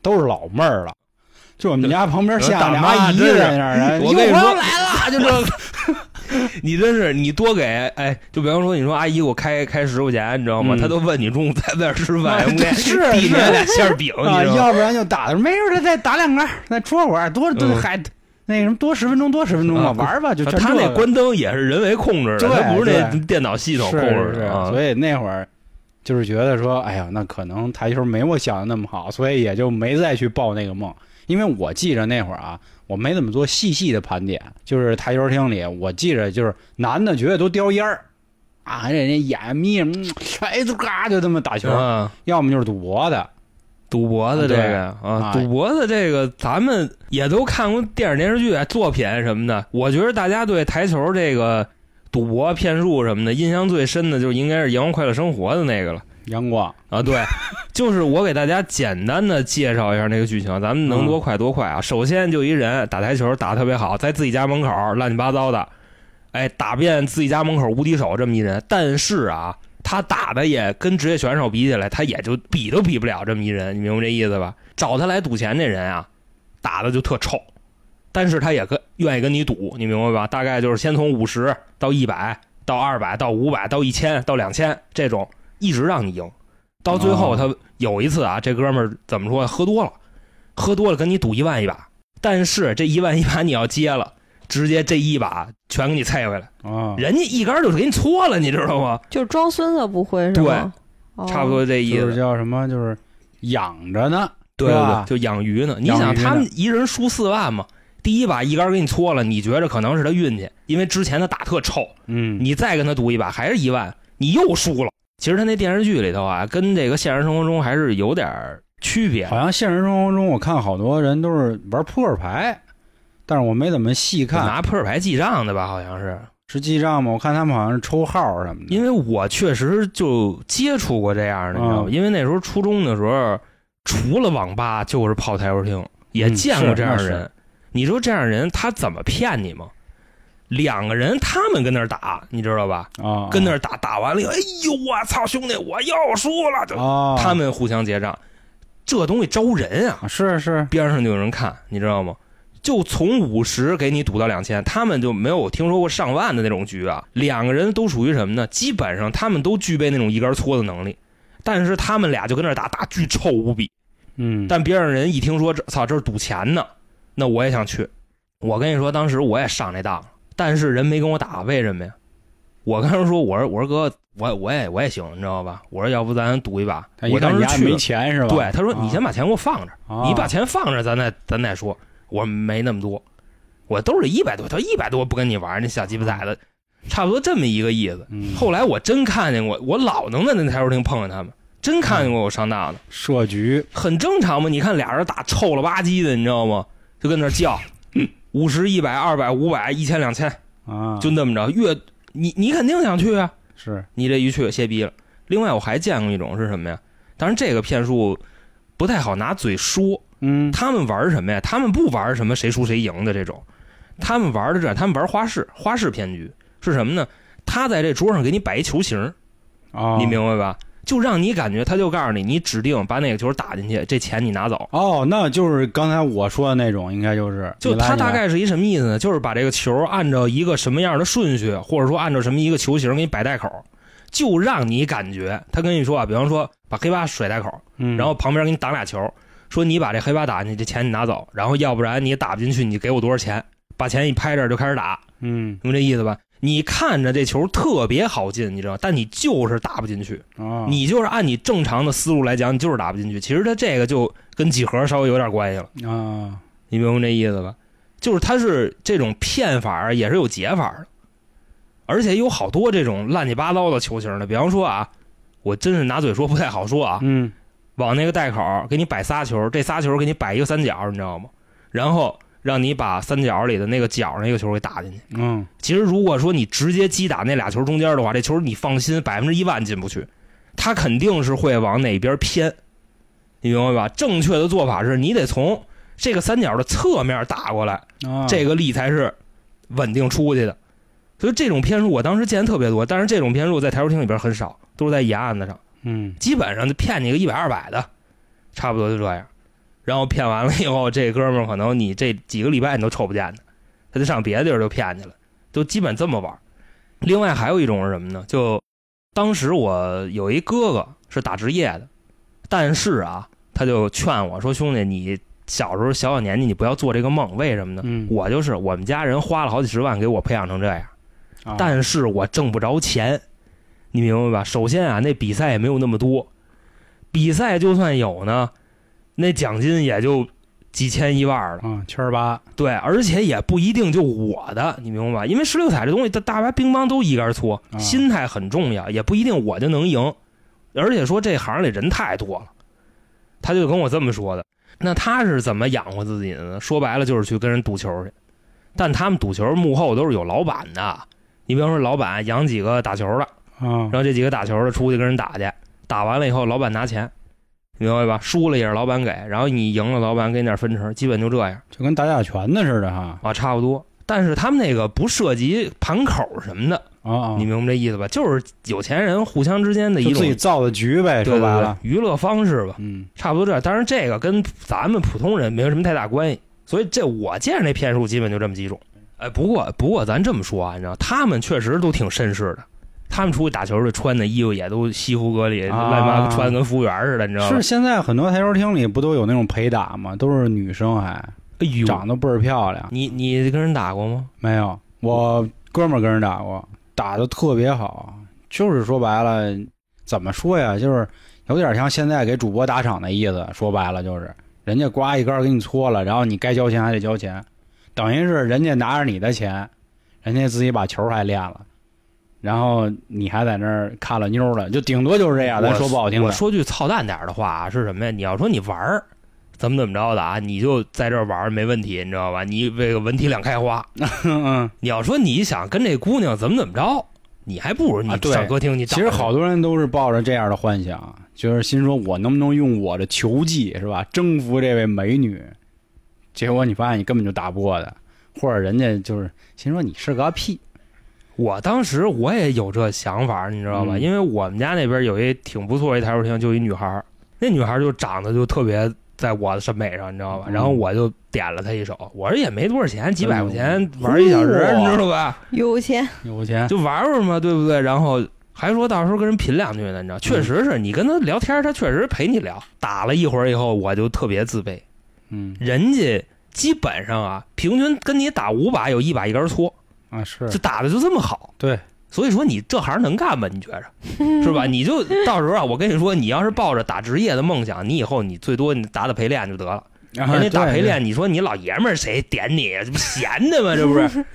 都是老妹儿了。就我们家旁边下大俩妈阿姨真是在那儿，然后我跟你哟说哎来了，就 (laughs) 就这个，你真是你多给哎，就比方说你说阿姨给我开开十块钱，你知道吗？嗯哎他都问你中午在不在吃 (laughs) 饭，我给是递你是俩馅饼， (laughs) 啊，你知道吗？要不然就打的没事儿，再打两杆儿，再戳会儿，多多嗯还那什么多十分钟，多十分钟吧，啊玩儿吧，就全他这那个关灯也是人为控制的，对他不是那对电脑系统控是制是的是，啊。所以那会儿就是觉得说，哎呀，那可能台球没我想的那么好，所以也就没再去报那个梦。因为我记着那会儿啊，我没怎么做细细的盘点，就是台球厅里，我记着就是男的绝对都叼烟儿，啊，人家眼眯着，嗯哎，就嘎就这么打球，啊，要么就是赌博的，赌博的这个呀啊啊，赌博的这个，咱们也都看过电影、电视剧、啊作品什么的。我觉得大家对台球这个赌博、骗术什么的印象最深的，就应该是《阳光快乐生活》的那个了阳光啊。对，就是我给大家简单的介绍一下那个剧情，咱们能多快多快啊。首先就一人打台球打得特别好，在自己家门口乱七八糟的，哎，打遍自己家门口无敌手这么一人，但是啊。他打的也跟职业选手比起来，他也就比都比不了这么一人，你明白这意思吧？找他来赌钱这人啊，打的就特臭，但是他也跟愿意跟你赌，你明白吧？大概就是先从五十到一百，到二百，到五百，到一千，到两千这种，一直让你赢。到最后，哦他有一次啊，这哥们儿怎么说？喝多了，喝多了跟你赌一万一把，但是这一万一把你要接了，直接这一把全给你菜回来，啊，人家一杆儿就给你搓了，你知道吗？就是装孙子不会是吗？哦差不多这意就是思。叫什么，就是养着呢，对是对吧对，就养鱼呢。你养想，鱼呢他们一人输四万嘛，第一把一杆儿给你搓了，你觉着可能是他运气，因为之前他打特臭，嗯，你再跟他赌一把还是一万，你又输了。其实他那电视剧里头啊，跟这个现实生活中还是有点儿区别好。像现实生活中我看好多人都是玩扑克牌，但是我没怎么细看，嗯拿扑克牌记账的吧，好像是，是记账吗？我看他们好像是抽号什么的，因为我确实就接触过这样的，你知道吗？嗯因为那时候初中的时候，除了网吧就是泡台球厅，也嗯见过是这样的那是人。你说这样人他怎么骗你吗？两个人他们跟那儿打，你知道吧？啊，跟那儿打，打完了以后，哎呦我操，兄弟，我又输了，就啊，他们互相结账，这东西招人啊，啊是是边上就有人看，你知道吗？就从五十给你赌到两千，他们就没有听说过上万的那种局啊。两个人都属于什么呢？基本上他们都具备那种一杆搓的能力，但是他们俩就跟那儿打，打巨臭无比。嗯，但边上人一听说这操这是赌钱呢，那我也想去。我跟你说，当时我也上那当了，但是人没跟我打，为什么呀？我跟人说，我说我说哥，我我也我也行，你知道吧？我说要不咱赌一把他。一我看当你时家去没了，钱是吧？对他说啊你先把钱给我放着，啊你把钱放着，咱再咱再说。我没那么多，我兜里一百多，他一百多不跟你玩，那小鸡巴啊崽子，差不多这么一个意思。嗯后来我真看见过，我老能在那台球厅碰见他们，真看见过我上当的。设局很正常嘛。你看俩人打臭了吧唧的，你知道吗？就跟那 (laughs) 儿叫，五十、一百、二百、五百、一千、两千，啊，就那么着。越你你肯定想去啊，是你这一去歇逼了。另外我还见过一种是什么呀？当然这个骗术不太好拿嘴说，嗯他们玩什么呀？他们不玩什么谁输谁赢的这种，他们玩的这，他们玩花式，花式骗局是什么呢？他在这桌上给你摆一球形，啊，你明白吧？就让你感觉，他就告诉你，你指定把哪个球打进去，这钱你拿走。哦，那就是刚才我说的那种，应该就是就你来他你大来概是一什么意思呢？就是把这个球按照一个什么样的顺序，或者说按照什么一个球形给你摆袋口，就让你感觉他跟你说啊，比方说把黑八甩袋口，嗯然后旁边给你挡俩球，说你把这黑八打进去，这钱你拿走，然后要不然你打不进去，你给我多少钱？把钱一拍这儿就开始打，嗯明白这意思吧？你看着这球特别好进，你知道，但你就是打不进去，啊，你就是按你正常的思路来讲，你就是打不进去。其实他这个就跟几何稍微有点关系了。啊你明白这意思吧？就是它是这种骗法儿也是有解法儿的，而且有好多这种乱七八糟的球形的。比方说啊，我真是拿嘴说不太好说啊，嗯往那个袋口儿给你摆仨球，这仨球给你摆一个三角，你知道吗？然后让你把三角里的那个角儿那个球给打进去。嗯其实如果说你直接击打那俩球中间的话，这球你放心，百分之一万进不去，它肯定是会往哪边偏，你明白吧？正确的做法是你得从这个三角的侧面打过来，啊，这个力才是稳定出去的。所以这种骗术我当时见得特别多，但是这种骗术在台球厅里边很少，都是在野案子上，嗯基本上就骗你个一百二百的，差不多就这样。然后骗完了以后，这哥们儿可能你这几个礼拜你都瞅不见他，他就上别的地儿就骗去了，都基本这么玩儿。另外还有一种是什么呢？就当时我有一哥哥是打职业的，但是啊，他就劝我说：“兄弟，你小时候小小年纪，你不要做这个梦，为什么呢？嗯我就是我们家人花了好几十万给我培养成这样，啊但是我挣不着钱，你明白吧？首先啊，那比赛也没有那么多，比赛就算有呢，那奖金也就几千一万的，嗯，圈儿八，对，而且也不一定就我的，你明白吧？因为十六彩这东西，大大家乒乓都一杆搓，啊心态很重要，也不一定我就能赢。而且说这行里人太多了，他就跟我这么说的。那他是怎么养活自己的呢？说白了就是去跟人赌球去，但他们赌球幕后都是有老板的。你比方说，老板养几个打球的，嗯然后这几个打球的出去跟人打去，打完了以后老板拿钱，你明白吧？输了也是老板给，然后你赢了老板给你点分成，基本就这样。就跟打假拳的似的哈，啊，差不多。但是他们那个不涉及盘口什么的，啊啊你，明白这意思吧？就是有钱人互相之间的一就种自己造的局呗，对说对白对了，娱乐方式吧，嗯，差不多这样。当然，这个跟咱们普通人没有什么太大关系。所以这我见着那骗术基本就这么几种。哎，不过不过咱这么说啊，你知道他们确实都挺绅士的，他们出去打球的穿的衣服也都西服革履，啊乱八穿的跟服务员似的，你知道吗是？现在很多台球厅里不都有那种陪打吗？都是女生还，哎呦，长得倍儿漂亮。你你跟人打过吗？没有，我哥们儿跟人打过，打的特别好，就是说白了，怎么说呀，就是有点像现在给主播打赏的意思。说白了就是，人家刮一杆儿给你搓了，然后你该交钱还得交钱，等于是人家拿着你的钱，人家自己把球还练了。然后你还在那儿看了妞儿了，就顶多就是这样。咱我说不好听我的，说句操蛋点儿的话啊，是什么呀？你要说你玩儿，怎么怎么着的啊，你就在这儿玩儿没问题，你知道吧？你这个文体两开花。嗯 (laughs) 嗯，你要说你想跟这姑娘怎么怎么着，你还不如你啊对上歌厅你找其实好多人都是抱着这样的幻想，就是心说我能不能用我的球技是吧，征服这位美女？结果你发现你根本就打不过的，或者人家就是心说你是个屁，我当时我也有这想法儿，你知道吧？嗯因为我们家那边有一挺不错一台球厅，就一女孩儿，那女孩儿就长得就特别在我的审美上，你知道吧？嗯然后我就点了她一手，我说也没多少钱，几百块钱嗯玩儿一小时，嚯你知道吧？有钱，有 (laughs) 钱就玩玩嘛，对不对？然后还说到时候跟人贫两句呢，你知嗯道，确实是你跟他聊天，他确实陪你聊。打了一会儿以后，我就特别自卑，嗯人家基本上啊，平均跟你打五把有一把一根搓，啊是就打的就这么好。对，所以说你这行能干吗？你 (laughs) 觉着是吧？你就到时候啊，我跟你说，你要是抱着打职业的梦想，你以后你最多你打打陪练就得了。啊人家打对陪练，你说你老爷们儿谁点你？这不闲的吗？这 (laughs) 不是，是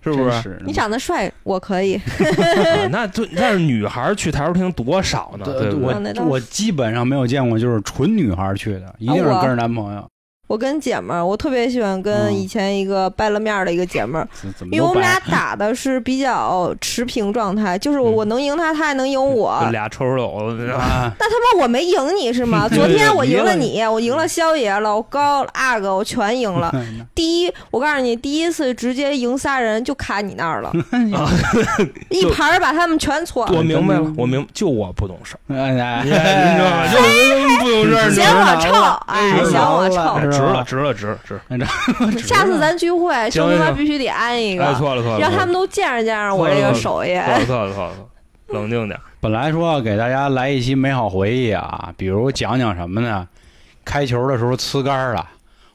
对不真是？是你长得帅，我可以。 (laughs) 啊那就但是女孩儿去台球厅多少呢？对对不对？那我倒我基本上没有见过就是纯女孩去的，一定是啊我跟着男朋友，我跟姐们儿，我特别喜欢跟嗯以前一个掰了面儿的一个姐们儿，怎怎么因为都我们俩 (laughs) 白打的是比较持平状态，就是我嗯我能赢他，他也能赢我。就俩抽抽斗，啊那他妈我没赢你 (laughs) 是吗？对昨天我对赢了赢了你，我赢嗯了肖爷，老高、阿哥，我全赢 (laughs) 了。第一，我告诉你，第一次直接赢仨人就卡你那儿 (laughs) 了，哎 (laughs) 一盘儿把他们全搓了。我明白了，我明就我不懂事儿，哎哎你知道吗？就我不懂事儿，你知嫌道吗我臭，哎，是嫌我老臭了。哎值了，值了，值了值了。 (laughs) 下次咱聚会，行生他妈行必须得安一哎，个，错了错了，让他们都见识见识我这个手艺。哎错了错了错了，冷静点儿。本来说给大家来一期美好回忆啊，比如讲讲什么呢？开球的时候呲杆儿了，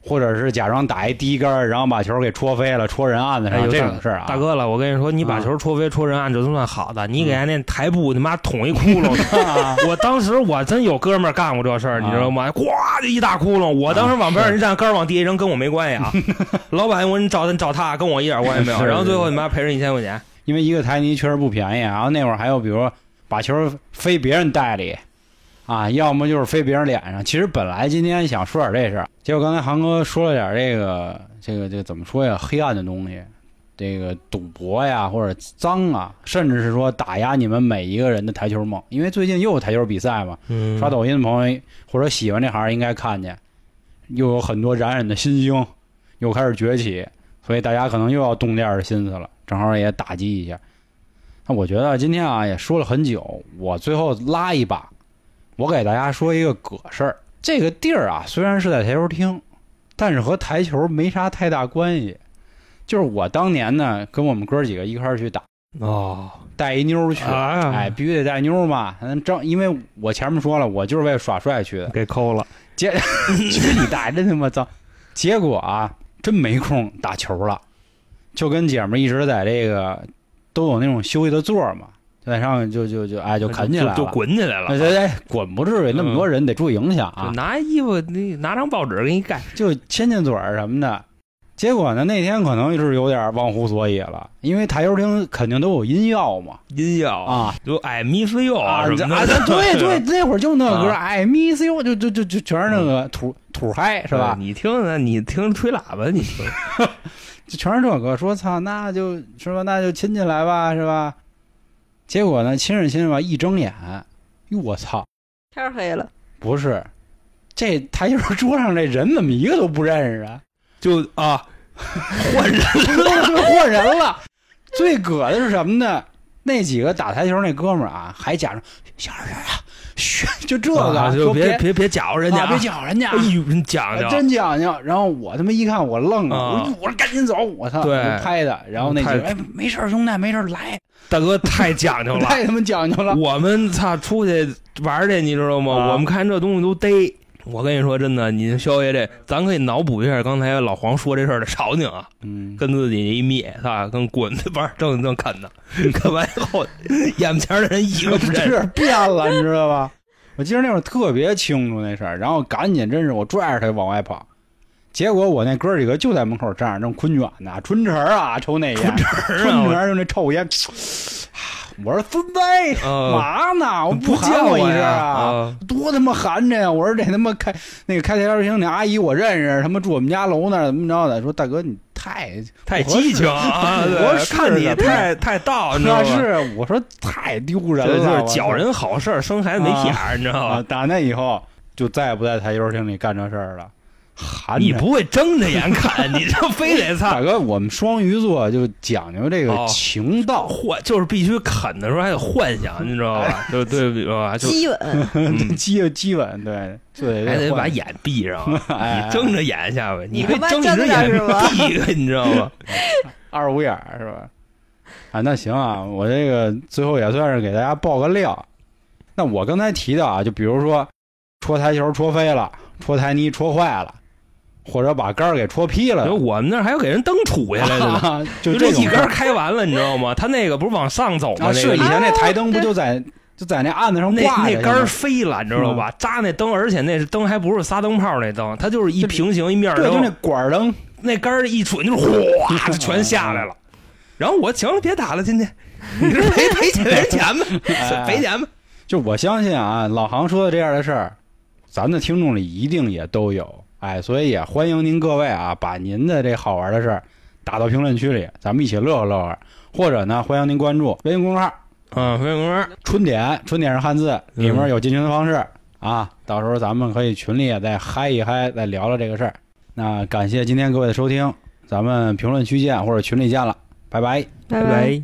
或者是假装打一低杆儿，然后把球给戳飞了，戳人案子哎上、呦这大种事儿啊。大，哥了，我跟你说，你把球戳飞戳人按这都算好的，你给人家那台布你妈捅一窟 (laughs) 窿。我当时我真有哥们儿干过这事儿，你知道吗？呱就一大窟窿，我当时往边上一站，杆儿往地一扔，跟我没关系 (laughs) 啊。老板，我说你找你找他，跟我一点关系没有。是然后最后你妈赔人一千块钱，因为一个台泥确实不便宜，啊然后那会儿还有比如把球飞别人袋里，啊，要么就是飞别人脸上。其实本来今天想说点这事儿，结果刚才航哥说了点这个这个这个怎么说呀？黑暗的东西，这个赌博呀，或者脏啊，甚至是说打压你们每一个人的台球梦。因为最近又有台球比赛嘛，嗯刷抖音的朋友或者喜欢这行应该看见，又有很多冉冉的新星又开始崛起，所以大家可能又要动点儿心思了，正好也打击一下。那我觉得今天啊也说了很久，我最后拉一把，我给大家说一个葛事儿。这个地儿啊虽然是在台球厅，但是和台球没啥太大关系。就是我当年呢跟我们哥几个一块儿去打，哦，带一妞儿去，啊哎，，必须得带妞儿嘛。嗯，正因为我前面说了，我就是为了耍帅去 (laughs) 的。给抠了，结去你大爷，真他妈脏！结果啊，真没空打球了，就跟姐们儿一直在这个都有那种休息的座儿嘛，就在上面就就就哎就啃起来了，就滚起来哎了。嗯对对，滚不至于，那么多人得注意影响就啊，拿衣服，你拿张报纸给你盖，就亲亲嘴儿什么的。结果呢，那天可能是有点忘乎所以了，因为台球厅肯定都有音药嘛，音药，啊就 I miss you 啊什这么啊的，对 (laughs) 对，那会儿就那歌，啊嗯哎，Miss You，就就就就全是那个土土嗨是吧？你听呢，你听吹喇叭，你听，就全是这个，说操，那就是吧，那就亲起来吧，是吧？结果呢，亲着亲着吧，一睁眼，哟，我操，天儿黑了，不是，这台球桌上这人怎么一个都不认识啊？ (laughs) (laughs) 就啊，换人了，换人了。最葛的是什么呢？那几个打台球那哥们儿啊，还假装小点声啊，嘘，就 (laughs) 这个，啊就说别别别搅和人啊家啊，别搅人家哎啊，呦，你讲哎究，真讲究。然后我他妈一看，我愣了，啊我我说赶紧走，我操，对我就拍的。然后那几个太哎，没事儿，兄弟，没事儿，来，大哥太讲究了。 (laughs) 太他妈讲究了。我们操出去玩去，你知道吗？啊我们看这东西都逮。我跟你说，真的，你肖爷这，咱可以脑补一下刚才老黄说这事儿的场景啊，嗯，跟自己一灭，操，跟滚子玩正正啃呢，啃完以后，眼前的人一个不认识，是变了，你知道吧？我记得那会儿特别清楚那事儿，然后赶紧真是我拽着他往外跑，结果我那哥几个就在门口站着，正困卷呢，春晨儿啊，抽那烟，春是晨啊儿就那臭烟， (sighs) 我说孙子，我嘛啊，呢？我不不喊叫我一声呀啊？啊，多他妈寒碜啊呀！我说这他妈开那个开台球厅那阿姨我认识，他妈住我们家楼那儿怎么着的？说大哥你太太激情啊！不合适对不合适看你的太太道，你知道那吗？是啊我说太丢人了，这啊就是我搅操人好事儿，生孩子没屁眼儿，你知道啊，吗？打那以后就再也不在台球厅里干这事儿了。寒碜你不会睁着眼看，你这非得操大哥，我们双鱼座就讲究这个哦情道， (laughs) 幻，就是必须啃的时候还得幻想，你知道吧？就对比吧，就 (laughs) 激吻，嗯激激吻，对，就得还得把换眼 (laughs) 闭上，哎你睁着眼下巴，你可以他妈睁一只睁着眼是吧闭一个，你知道吗？ (laughs) 二五眼儿是吧？啊，那行啊，我这个最后也算是给大家爆个料。那我刚才提到啊，就比如说戳台球戳飞了，戳台泥戳坏了，或者把杆儿给戳 (laughs) 劈了因为，我们那儿还有给人灯杵下来 (laughs) 的呢。啊就就这种一根儿开完了，你知道吗？他那个不是往上走吗？啊，那是个以前那台灯不就在就在那案子上那挂着嗯那杆呢儿吗飞了，你知道吧？扎那灯，而且那是灯还不是仨灯泡那灯，它就是一就平行一面对，就那灯，管儿 (laughs) 灯，那杆儿一杵，就是哗， (laughs) 就全下来了。然后我行了，别打了，今天你这赔赔钱赔钱哎吧，赔钱吧。就我相信啊，老航说的这样的事儿，咱的听众里一定也都有，哎，所以也欢迎您各位啊，把您的这好玩的事儿打到评论区里，咱们一起乐呵乐呵。或者呢，欢迎您关注微信公众号嗯，飞公园， “春点”，春点是汉字，嗯里面有进群的方式、啊，到时候咱们可以群里也再嗨一嗨，再聊聊这个事儿。那感谢今天各位的收听，咱们评论区见或者群里见了，拜拜。拜拜。